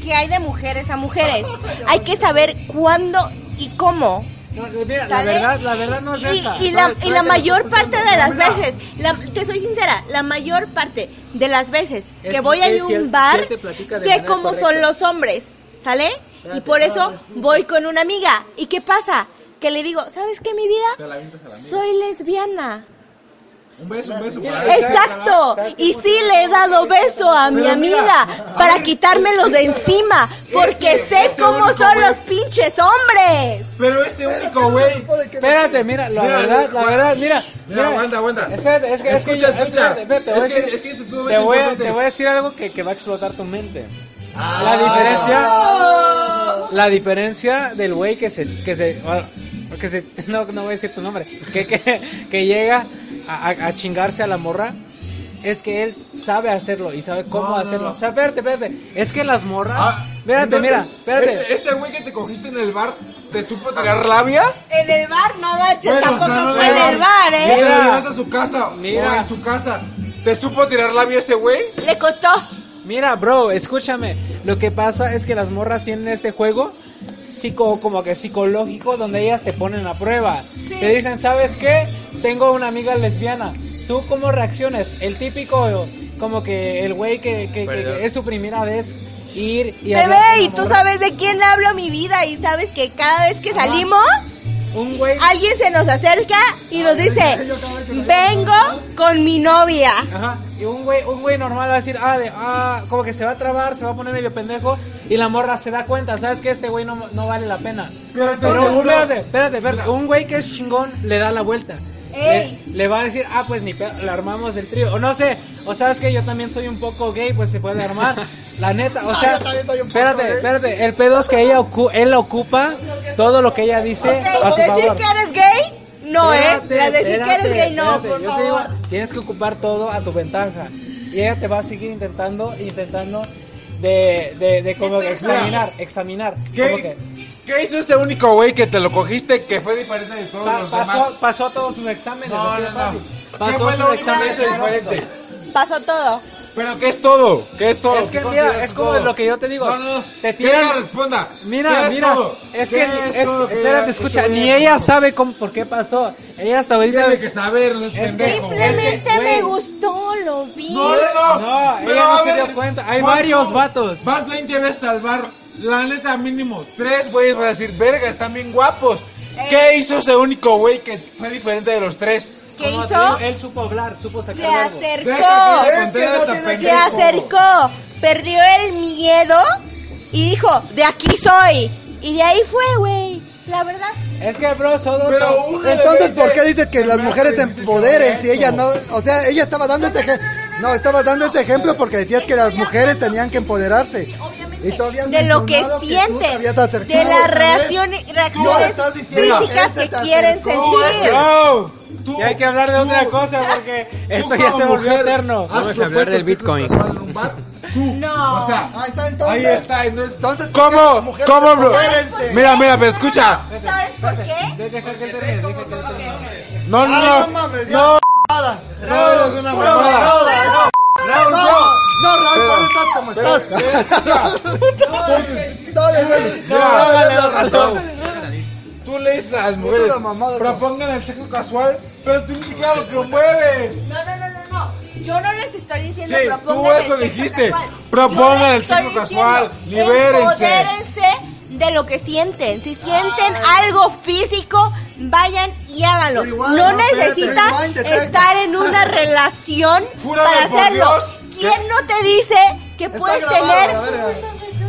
[SPEAKER 3] Que hay de mujeres a mujeres. Hay que saber cuándo y cómo.
[SPEAKER 6] no, mira, la
[SPEAKER 3] ¿Sale?
[SPEAKER 6] verdad, la verdad no es
[SPEAKER 3] Y,
[SPEAKER 6] esa.
[SPEAKER 3] y la, y la mayor parte de las
[SPEAKER 4] Mira.
[SPEAKER 3] veces, la- te soy sincera, la mayor parte de las veces que
[SPEAKER 6] Es-
[SPEAKER 3] voy
[SPEAKER 6] es
[SPEAKER 3] a
[SPEAKER 6] cierto,
[SPEAKER 3] un bar,
[SPEAKER 6] te platica de
[SPEAKER 3] sé
[SPEAKER 6] manera
[SPEAKER 3] cómo
[SPEAKER 6] correcta.
[SPEAKER 3] son los hombres, ¿sale? Y por eso voy con una amiga. ¿Y qué pasa? Que le digo, ¿sabes qué, mi vida? Soy lesbiana.
[SPEAKER 4] Un beso, un beso. para ver.
[SPEAKER 3] Exacto. Y sí le he dado beso a mi
[SPEAKER 4] Pero mira,
[SPEAKER 3] amiga para quitármelos de encima, porque
[SPEAKER 4] ese-
[SPEAKER 3] sé
[SPEAKER 4] ese
[SPEAKER 3] cómo
[SPEAKER 4] único
[SPEAKER 3] son
[SPEAKER 4] güey.
[SPEAKER 3] los pinches hombres.
[SPEAKER 4] Pero ese único, güey.
[SPEAKER 6] Espérate, mira, la
[SPEAKER 4] Mira,
[SPEAKER 6] verdad, la
[SPEAKER 4] mira,
[SPEAKER 6] verdad, mira.
[SPEAKER 4] mira, aguanta, aguanta.
[SPEAKER 6] Espérate, es que, es que yo,
[SPEAKER 4] Escucha, escucha.
[SPEAKER 6] espérate, espérate, te voy a
[SPEAKER 4] Es que-
[SPEAKER 6] decir-
[SPEAKER 4] es que eso tú ves
[SPEAKER 6] te voy a-
[SPEAKER 4] importante. Ah.
[SPEAKER 6] te voy a decir algo que, que va a explotar tu mente. la diferencia, la diferencia del güey que se, que se, bueno, que se, no, no voy a decir tu nombre, que, que, que llega a, a- a chingarse a la morra. Es que él sabe hacerlo y sabe cómo hacerlo. O sea, espérate, espérate. Es que las morras.
[SPEAKER 4] Ah,
[SPEAKER 6] espérate, mira,
[SPEAKER 4] entonces,
[SPEAKER 6] espérate.
[SPEAKER 4] este- Este güey que te cogiste en el bar, ¿te supo tirar labia?
[SPEAKER 3] En el bar no manches,
[SPEAKER 4] Bueno,
[SPEAKER 3] tampoco
[SPEAKER 4] o sea, no
[SPEAKER 3] fue en
[SPEAKER 4] le-
[SPEAKER 3] el bar,
[SPEAKER 4] Y te
[SPEAKER 3] ¿eh?
[SPEAKER 4] lo
[SPEAKER 6] Mira.
[SPEAKER 4] llevaste a su casa. Mira.
[SPEAKER 6] Mira.
[SPEAKER 4] en su casa. ¿Te supo tirar labia este güey?
[SPEAKER 3] Le costó.
[SPEAKER 6] Mira, bro, escúchame. Lo que pasa es que las morras tienen este juego psico, como que psicológico donde ellas te ponen a prueba. Te dicen, ¿sabes qué? Tengo una amiga lesbiana. ¿Tú cómo reacciones? El típico, como que el güey que, que- que- que es su primera vez ir y
[SPEAKER 3] Bebé,
[SPEAKER 6] hablar con la
[SPEAKER 3] y tú
[SPEAKER 6] morra.
[SPEAKER 3] sabes de quién hablo mi vida y sabes que cada vez que salimos,
[SPEAKER 6] Un güey.
[SPEAKER 3] alguien se nos acerca y nos dice, vengo con mi novia.
[SPEAKER 6] Ajá, y un güey, un güey normal va a decir, ah, de- ah, como que se va a trabar, se va a poner medio pendejo, y la morra se da cuenta, sabes que este güey no, no vale la pena.
[SPEAKER 4] Pero
[SPEAKER 6] Pero,
[SPEAKER 4] entonces,
[SPEAKER 6] un-
[SPEAKER 4] bro.
[SPEAKER 6] espérate, espérate, espérate, un güey que es chingón le da la vuelta.
[SPEAKER 3] Ey.
[SPEAKER 6] Le, le va a decir, ah, pues ni pedo, le armamos el trío. O no sé, o sabes que yo también soy un poco gay, pues se puede armar. La neta, o sea,
[SPEAKER 1] Ah, yo también soy un poco
[SPEAKER 6] espérate,
[SPEAKER 1] gay.
[SPEAKER 6] espérate, el pedo es que ella ocu- él ocupa todo lo que ella dice a
[SPEAKER 3] Ok,
[SPEAKER 6] su
[SPEAKER 3] decir
[SPEAKER 6] favor.
[SPEAKER 3] que eres gay, no, ¿eh?
[SPEAKER 6] Espérate,
[SPEAKER 3] La decir que eres
[SPEAKER 6] espérate,
[SPEAKER 3] gay, no,
[SPEAKER 6] espérate,
[SPEAKER 3] por
[SPEAKER 6] yo te digo,
[SPEAKER 3] favor.
[SPEAKER 6] tienes que ocupar todo a tu ventaja. Y ella te va a seguir intentando, intentando de, de, de como que examinar, examinar. Como
[SPEAKER 4] ¿Qué,
[SPEAKER 6] que
[SPEAKER 4] ¿Qué hizo ese único güey que te lo cogiste que fue diferente de todos
[SPEAKER 6] pa-
[SPEAKER 4] los
[SPEAKER 6] pasó,
[SPEAKER 4] demás?
[SPEAKER 6] pasó todos sus exámenes,
[SPEAKER 4] No,
[SPEAKER 6] así de
[SPEAKER 4] no, no.
[SPEAKER 6] fácil.
[SPEAKER 4] ¿Qué
[SPEAKER 6] Pasó
[SPEAKER 4] fue
[SPEAKER 6] sus
[SPEAKER 4] lo único que
[SPEAKER 6] exámenes.
[SPEAKER 4] hizo
[SPEAKER 6] este.
[SPEAKER 4] diferente?
[SPEAKER 3] Pasó todo.
[SPEAKER 4] Pero ¿qué es todo? ¿Qué es todo?
[SPEAKER 6] Es que
[SPEAKER 4] ¿Qué
[SPEAKER 6] mira,
[SPEAKER 4] consideras
[SPEAKER 6] es como
[SPEAKER 4] todo?
[SPEAKER 6] lo que yo te digo.
[SPEAKER 4] No, no, no.
[SPEAKER 6] Te
[SPEAKER 4] ¿Qué
[SPEAKER 6] tiran-
[SPEAKER 4] ella responda.
[SPEAKER 6] Mira,
[SPEAKER 4] ¿Qué es
[SPEAKER 6] mira,
[SPEAKER 4] todo?
[SPEAKER 6] es
[SPEAKER 4] ¿Qué
[SPEAKER 6] que,
[SPEAKER 4] es
[SPEAKER 6] es-
[SPEAKER 4] todo que
[SPEAKER 6] espérate,
[SPEAKER 4] ella
[SPEAKER 6] escucha,
[SPEAKER 4] hizo
[SPEAKER 6] ni
[SPEAKER 4] bien?
[SPEAKER 6] ella sabe cómo, por qué pasó. Ella hasta ahorita
[SPEAKER 4] Tiene que saber, no
[SPEAKER 6] Es
[SPEAKER 4] es
[SPEAKER 6] que-
[SPEAKER 4] pendejo.
[SPEAKER 3] Simplemente
[SPEAKER 6] güey.
[SPEAKER 3] me gustó, lo vi.
[SPEAKER 4] No, no, no.
[SPEAKER 6] No, ella
[SPEAKER 4] Pero
[SPEAKER 6] no
[SPEAKER 4] a
[SPEAKER 6] se
[SPEAKER 4] ver,
[SPEAKER 6] dio cuenta. Hay
[SPEAKER 4] ¿cuánto?
[SPEAKER 6] varios vatos.
[SPEAKER 4] Vas 20 veces al bar. La neta, mínimo. Tres güeyes van a decir, verga, están bien guapos. ¿Qué hizo ese único güey que fue diferente de los tres?
[SPEAKER 3] ¿Qué
[SPEAKER 6] Como
[SPEAKER 3] hizo?
[SPEAKER 6] Él, él supo hablar, supo sacar
[SPEAKER 3] Se
[SPEAKER 6] verbo.
[SPEAKER 3] acercó.
[SPEAKER 4] Deja que te conteste,
[SPEAKER 3] Se
[SPEAKER 4] pendejo.
[SPEAKER 3] acercó, perdió el miedo y dijo, de aquí soy. Y de ahí fue, güey. La verdad.
[SPEAKER 6] Es que, bro, solo.
[SPEAKER 4] Pero uno de
[SPEAKER 1] Entonces,
[SPEAKER 4] veinte
[SPEAKER 1] ¿por qué dices que las
[SPEAKER 4] me hace
[SPEAKER 1] mujeres se
[SPEAKER 4] difícil
[SPEAKER 1] empoderen
[SPEAKER 4] saber
[SPEAKER 1] si ella
[SPEAKER 4] esto?
[SPEAKER 1] no, o sea, ella estaba dando ese ejemplo, no, estaba dando ese ejemplo porque decías que las mujeres tenían que empoderarse. Y todavía has
[SPEAKER 3] de lo que
[SPEAKER 1] mencionado tú te
[SPEAKER 3] sientes,
[SPEAKER 1] habías
[SPEAKER 3] de
[SPEAKER 1] acercado
[SPEAKER 3] las
[SPEAKER 1] otra vez.
[SPEAKER 3] reacciones,
[SPEAKER 1] Y ahora
[SPEAKER 3] reacciones
[SPEAKER 1] estás diciendo,
[SPEAKER 3] físicas
[SPEAKER 1] este
[SPEAKER 3] que
[SPEAKER 1] te
[SPEAKER 3] quieren
[SPEAKER 1] acercó,
[SPEAKER 3] sentir.
[SPEAKER 6] Bro,
[SPEAKER 4] Tú-
[SPEAKER 6] y hay que hablar de
[SPEAKER 4] tú-
[SPEAKER 6] otra cosa porque esto
[SPEAKER 4] Tú
[SPEAKER 6] ya
[SPEAKER 4] como
[SPEAKER 6] se volvió
[SPEAKER 4] mujer,
[SPEAKER 6] eterno.
[SPEAKER 4] ¿has
[SPEAKER 2] Vamos a hablar del
[SPEAKER 4] propuesto
[SPEAKER 2] Bitcoin.
[SPEAKER 4] que tú te vas a un bar? Tú.
[SPEAKER 3] No.
[SPEAKER 4] O sea,
[SPEAKER 1] Ahí está
[SPEAKER 4] ahí
[SPEAKER 1] entonces.
[SPEAKER 4] está. y no-
[SPEAKER 1] Entonces, ¿por qué las
[SPEAKER 4] ¿Cómo?
[SPEAKER 1] mujeres
[SPEAKER 4] ¿Cómo, bro?
[SPEAKER 1] empodérense?
[SPEAKER 4] Mira, mira, pero escucha.
[SPEAKER 3] ¿Sabes por qué?
[SPEAKER 6] Deja que termine, deja que termine.
[SPEAKER 4] No, no,
[SPEAKER 1] Ah,
[SPEAKER 4] no.
[SPEAKER 1] no mames, ya.
[SPEAKER 4] No,
[SPEAKER 1] Nada.
[SPEAKER 4] no, eres una
[SPEAKER 1] Pura
[SPEAKER 4] mamada.
[SPEAKER 1] mamada, no. No,
[SPEAKER 4] Raúl, no.
[SPEAKER 1] no, Raúl, por eso estás como estás. Dale, güey.
[SPEAKER 4] Mira,
[SPEAKER 1] No,
[SPEAKER 4] dale
[SPEAKER 1] no,
[SPEAKER 4] la razón. Tú le dices a las mujeres,
[SPEAKER 1] Pura mamada,
[SPEAKER 4] propongan el sexo casual, pero tú ni siquiera lo promueves.
[SPEAKER 3] No, no, no, no, no. Yo no les estoy
[SPEAKER 4] Sí,
[SPEAKER 3] diciendo
[SPEAKER 4] tú
[SPEAKER 3] propongan el sexo
[SPEAKER 4] eso dijiste.
[SPEAKER 3] casual. Yo
[SPEAKER 4] Propongan el
[SPEAKER 3] les estoy
[SPEAKER 4] sexo casual,
[SPEAKER 3] diciendo,
[SPEAKER 4] libérense. Ah.
[SPEAKER 3] Empodérense de lo que sienten. Si sienten algo físico, vayan y háganlo.
[SPEAKER 1] Pero igual,
[SPEAKER 3] no
[SPEAKER 1] no, espérate, pero
[SPEAKER 3] necesitan
[SPEAKER 1] igual te traen-
[SPEAKER 3] estar en una relación
[SPEAKER 4] Júrame
[SPEAKER 3] para
[SPEAKER 4] por
[SPEAKER 3] hacerlo.
[SPEAKER 4] Dios.
[SPEAKER 3] ¿Quién no te dice que puedes
[SPEAKER 1] grabado, la
[SPEAKER 3] tener?
[SPEAKER 1] verga.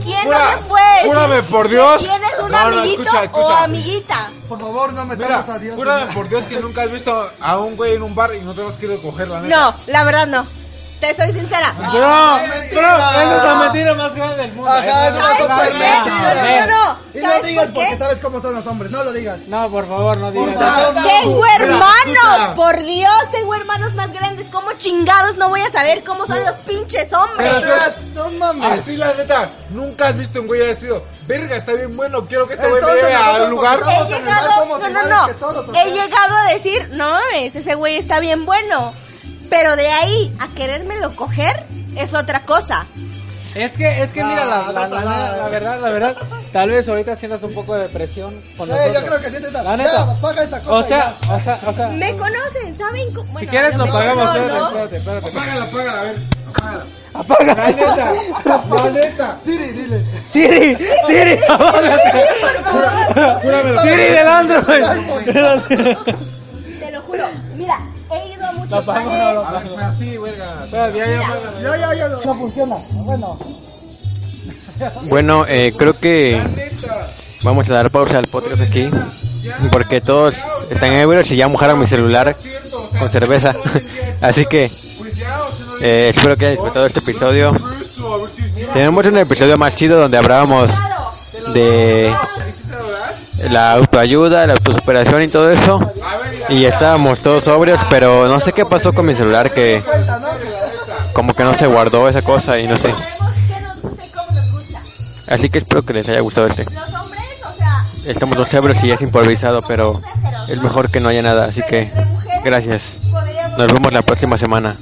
[SPEAKER 3] ¿Quién
[SPEAKER 4] Jura-
[SPEAKER 3] no te puede decir
[SPEAKER 4] júrame por
[SPEAKER 3] que
[SPEAKER 4] Dios.
[SPEAKER 3] Tienes un
[SPEAKER 4] No, no,
[SPEAKER 3] amiguito
[SPEAKER 4] escucha,
[SPEAKER 3] o
[SPEAKER 4] escucha.
[SPEAKER 3] amiguita.
[SPEAKER 1] Por favor, no metamos
[SPEAKER 4] Mira,
[SPEAKER 1] a Dios.
[SPEAKER 4] júrame por Dios que nunca has visto a un güey en un bar y no te lo has querido coger, la neta.
[SPEAKER 3] No, la verdad no. Te soy sincera.
[SPEAKER 4] Ah,
[SPEAKER 6] Bro,
[SPEAKER 1] mentira.
[SPEAKER 6] bro, esa es la mentira más grande del mundo.
[SPEAKER 1] Ajá, eso
[SPEAKER 6] Esa es
[SPEAKER 1] no
[SPEAKER 3] ¿Sabes
[SPEAKER 1] son
[SPEAKER 6] la
[SPEAKER 3] por qué?
[SPEAKER 6] verdad.
[SPEAKER 3] No, no, no.
[SPEAKER 1] Y no
[SPEAKER 3] ¿Sabes
[SPEAKER 1] digas
[SPEAKER 3] por
[SPEAKER 1] porque
[SPEAKER 3] qué?
[SPEAKER 1] sabes cómo son los hombres, no lo digas.
[SPEAKER 6] No, por favor, no digas.
[SPEAKER 1] favor,
[SPEAKER 3] Tengo
[SPEAKER 4] Mira,
[SPEAKER 3] hermanos,
[SPEAKER 4] escucha.
[SPEAKER 3] por Dios, tengo hermanos más grandes. ¿Cómo chingados no voy a saber cómo son los pinches hombres?
[SPEAKER 1] No
[SPEAKER 6] Ah,
[SPEAKER 1] mames. Eh,
[SPEAKER 4] Así la neta, nunca has visto un güey haya sido, verga, está bien bueno, quiero que este güey me
[SPEAKER 1] Entonces,
[SPEAKER 4] lleve al
[SPEAKER 1] nosotros
[SPEAKER 4] lugar.
[SPEAKER 1] porque estamos en
[SPEAKER 3] He
[SPEAKER 1] el mar,
[SPEAKER 3] llegado,
[SPEAKER 1] somos
[SPEAKER 3] no,
[SPEAKER 1] iguales
[SPEAKER 3] no,
[SPEAKER 1] que
[SPEAKER 3] no.
[SPEAKER 1] todos, o sea.
[SPEAKER 3] He llegado a decir, no mames, ese güey está bien bueno. Pero de ahí a querérmelo coger es otra cosa.
[SPEAKER 6] Es que, es que mira, la, la, la- la- la verdad, la verdad, tal vez ahorita sientas un poco de presión con
[SPEAKER 1] Eh, yo creo
[SPEAKER 6] nosotros.
[SPEAKER 1] que sientes la
[SPEAKER 6] La neta.
[SPEAKER 1] Paga esta cosa.
[SPEAKER 6] O
[SPEAKER 1] y
[SPEAKER 6] sea,
[SPEAKER 1] ya.
[SPEAKER 6] o sea, o sea,
[SPEAKER 3] Me conocen, ¿saben cómo?
[SPEAKER 6] si
[SPEAKER 3] Bueno,
[SPEAKER 6] quieres
[SPEAKER 3] no
[SPEAKER 6] lo
[SPEAKER 3] me
[SPEAKER 6] pagamos,
[SPEAKER 3] conocen,
[SPEAKER 6] espérate,
[SPEAKER 3] ¿no?
[SPEAKER 6] espérate, espérate.
[SPEAKER 4] Apágala, apágala, a ver.
[SPEAKER 6] La neta,
[SPEAKER 4] La neta.
[SPEAKER 1] Siri, dile.
[SPEAKER 6] Siri, Siri, apágate. Siri del Android.
[SPEAKER 3] Te lo juro. Mira, he ido a
[SPEAKER 6] Lo
[SPEAKER 3] muchos
[SPEAKER 6] pago,
[SPEAKER 3] bares.
[SPEAKER 6] no lo
[SPEAKER 4] A ver,
[SPEAKER 6] pago.
[SPEAKER 4] fue así, verga.
[SPEAKER 6] Espérate, ya, ya,
[SPEAKER 3] Mira,
[SPEAKER 6] págalo.
[SPEAKER 1] Ya, ya, ya. No funciona. Bueno.
[SPEAKER 5] Bueno, eh, creo que
[SPEAKER 4] Neta.
[SPEAKER 5] vamos a dar pausa al podcast aquí. Porque todos están ebrios y ya mojaron mi celular con cerveza. Así que
[SPEAKER 4] Pues ya, o sea, no
[SPEAKER 5] eh, espero que hayan disfrutado este episodio.
[SPEAKER 4] Bruce o a ver, ¿qué-
[SPEAKER 5] Tenemos un episodio más chido donde hablábamos de
[SPEAKER 4] ¿Hiciste hablar?
[SPEAKER 5] la autoayuda, la autosuperación y todo eso.
[SPEAKER 4] A ver, ya.
[SPEAKER 5] Y estábamos todos sobrios, pero no sé qué pasó con mi celular que como que no se guardó esa cosa y no sé.
[SPEAKER 3] sabemos qué nos gusta y cómo nos gusta.
[SPEAKER 5] Así que espero que les haya gustado este.
[SPEAKER 3] Los hombres, o sea.
[SPEAKER 5] Estamos
[SPEAKER 3] los
[SPEAKER 5] dos ebrios y es
[SPEAKER 3] tenemos,
[SPEAKER 5] improvisado,
[SPEAKER 3] somos
[SPEAKER 5] pero
[SPEAKER 3] héteros,
[SPEAKER 5] es
[SPEAKER 3] ¿no?
[SPEAKER 5] mejor que no haya nada. Así que
[SPEAKER 3] Pero entre mujeres
[SPEAKER 5] gracias.
[SPEAKER 3] podríamos
[SPEAKER 5] Nos vemos la
[SPEAKER 3] hacer
[SPEAKER 5] próxima semana.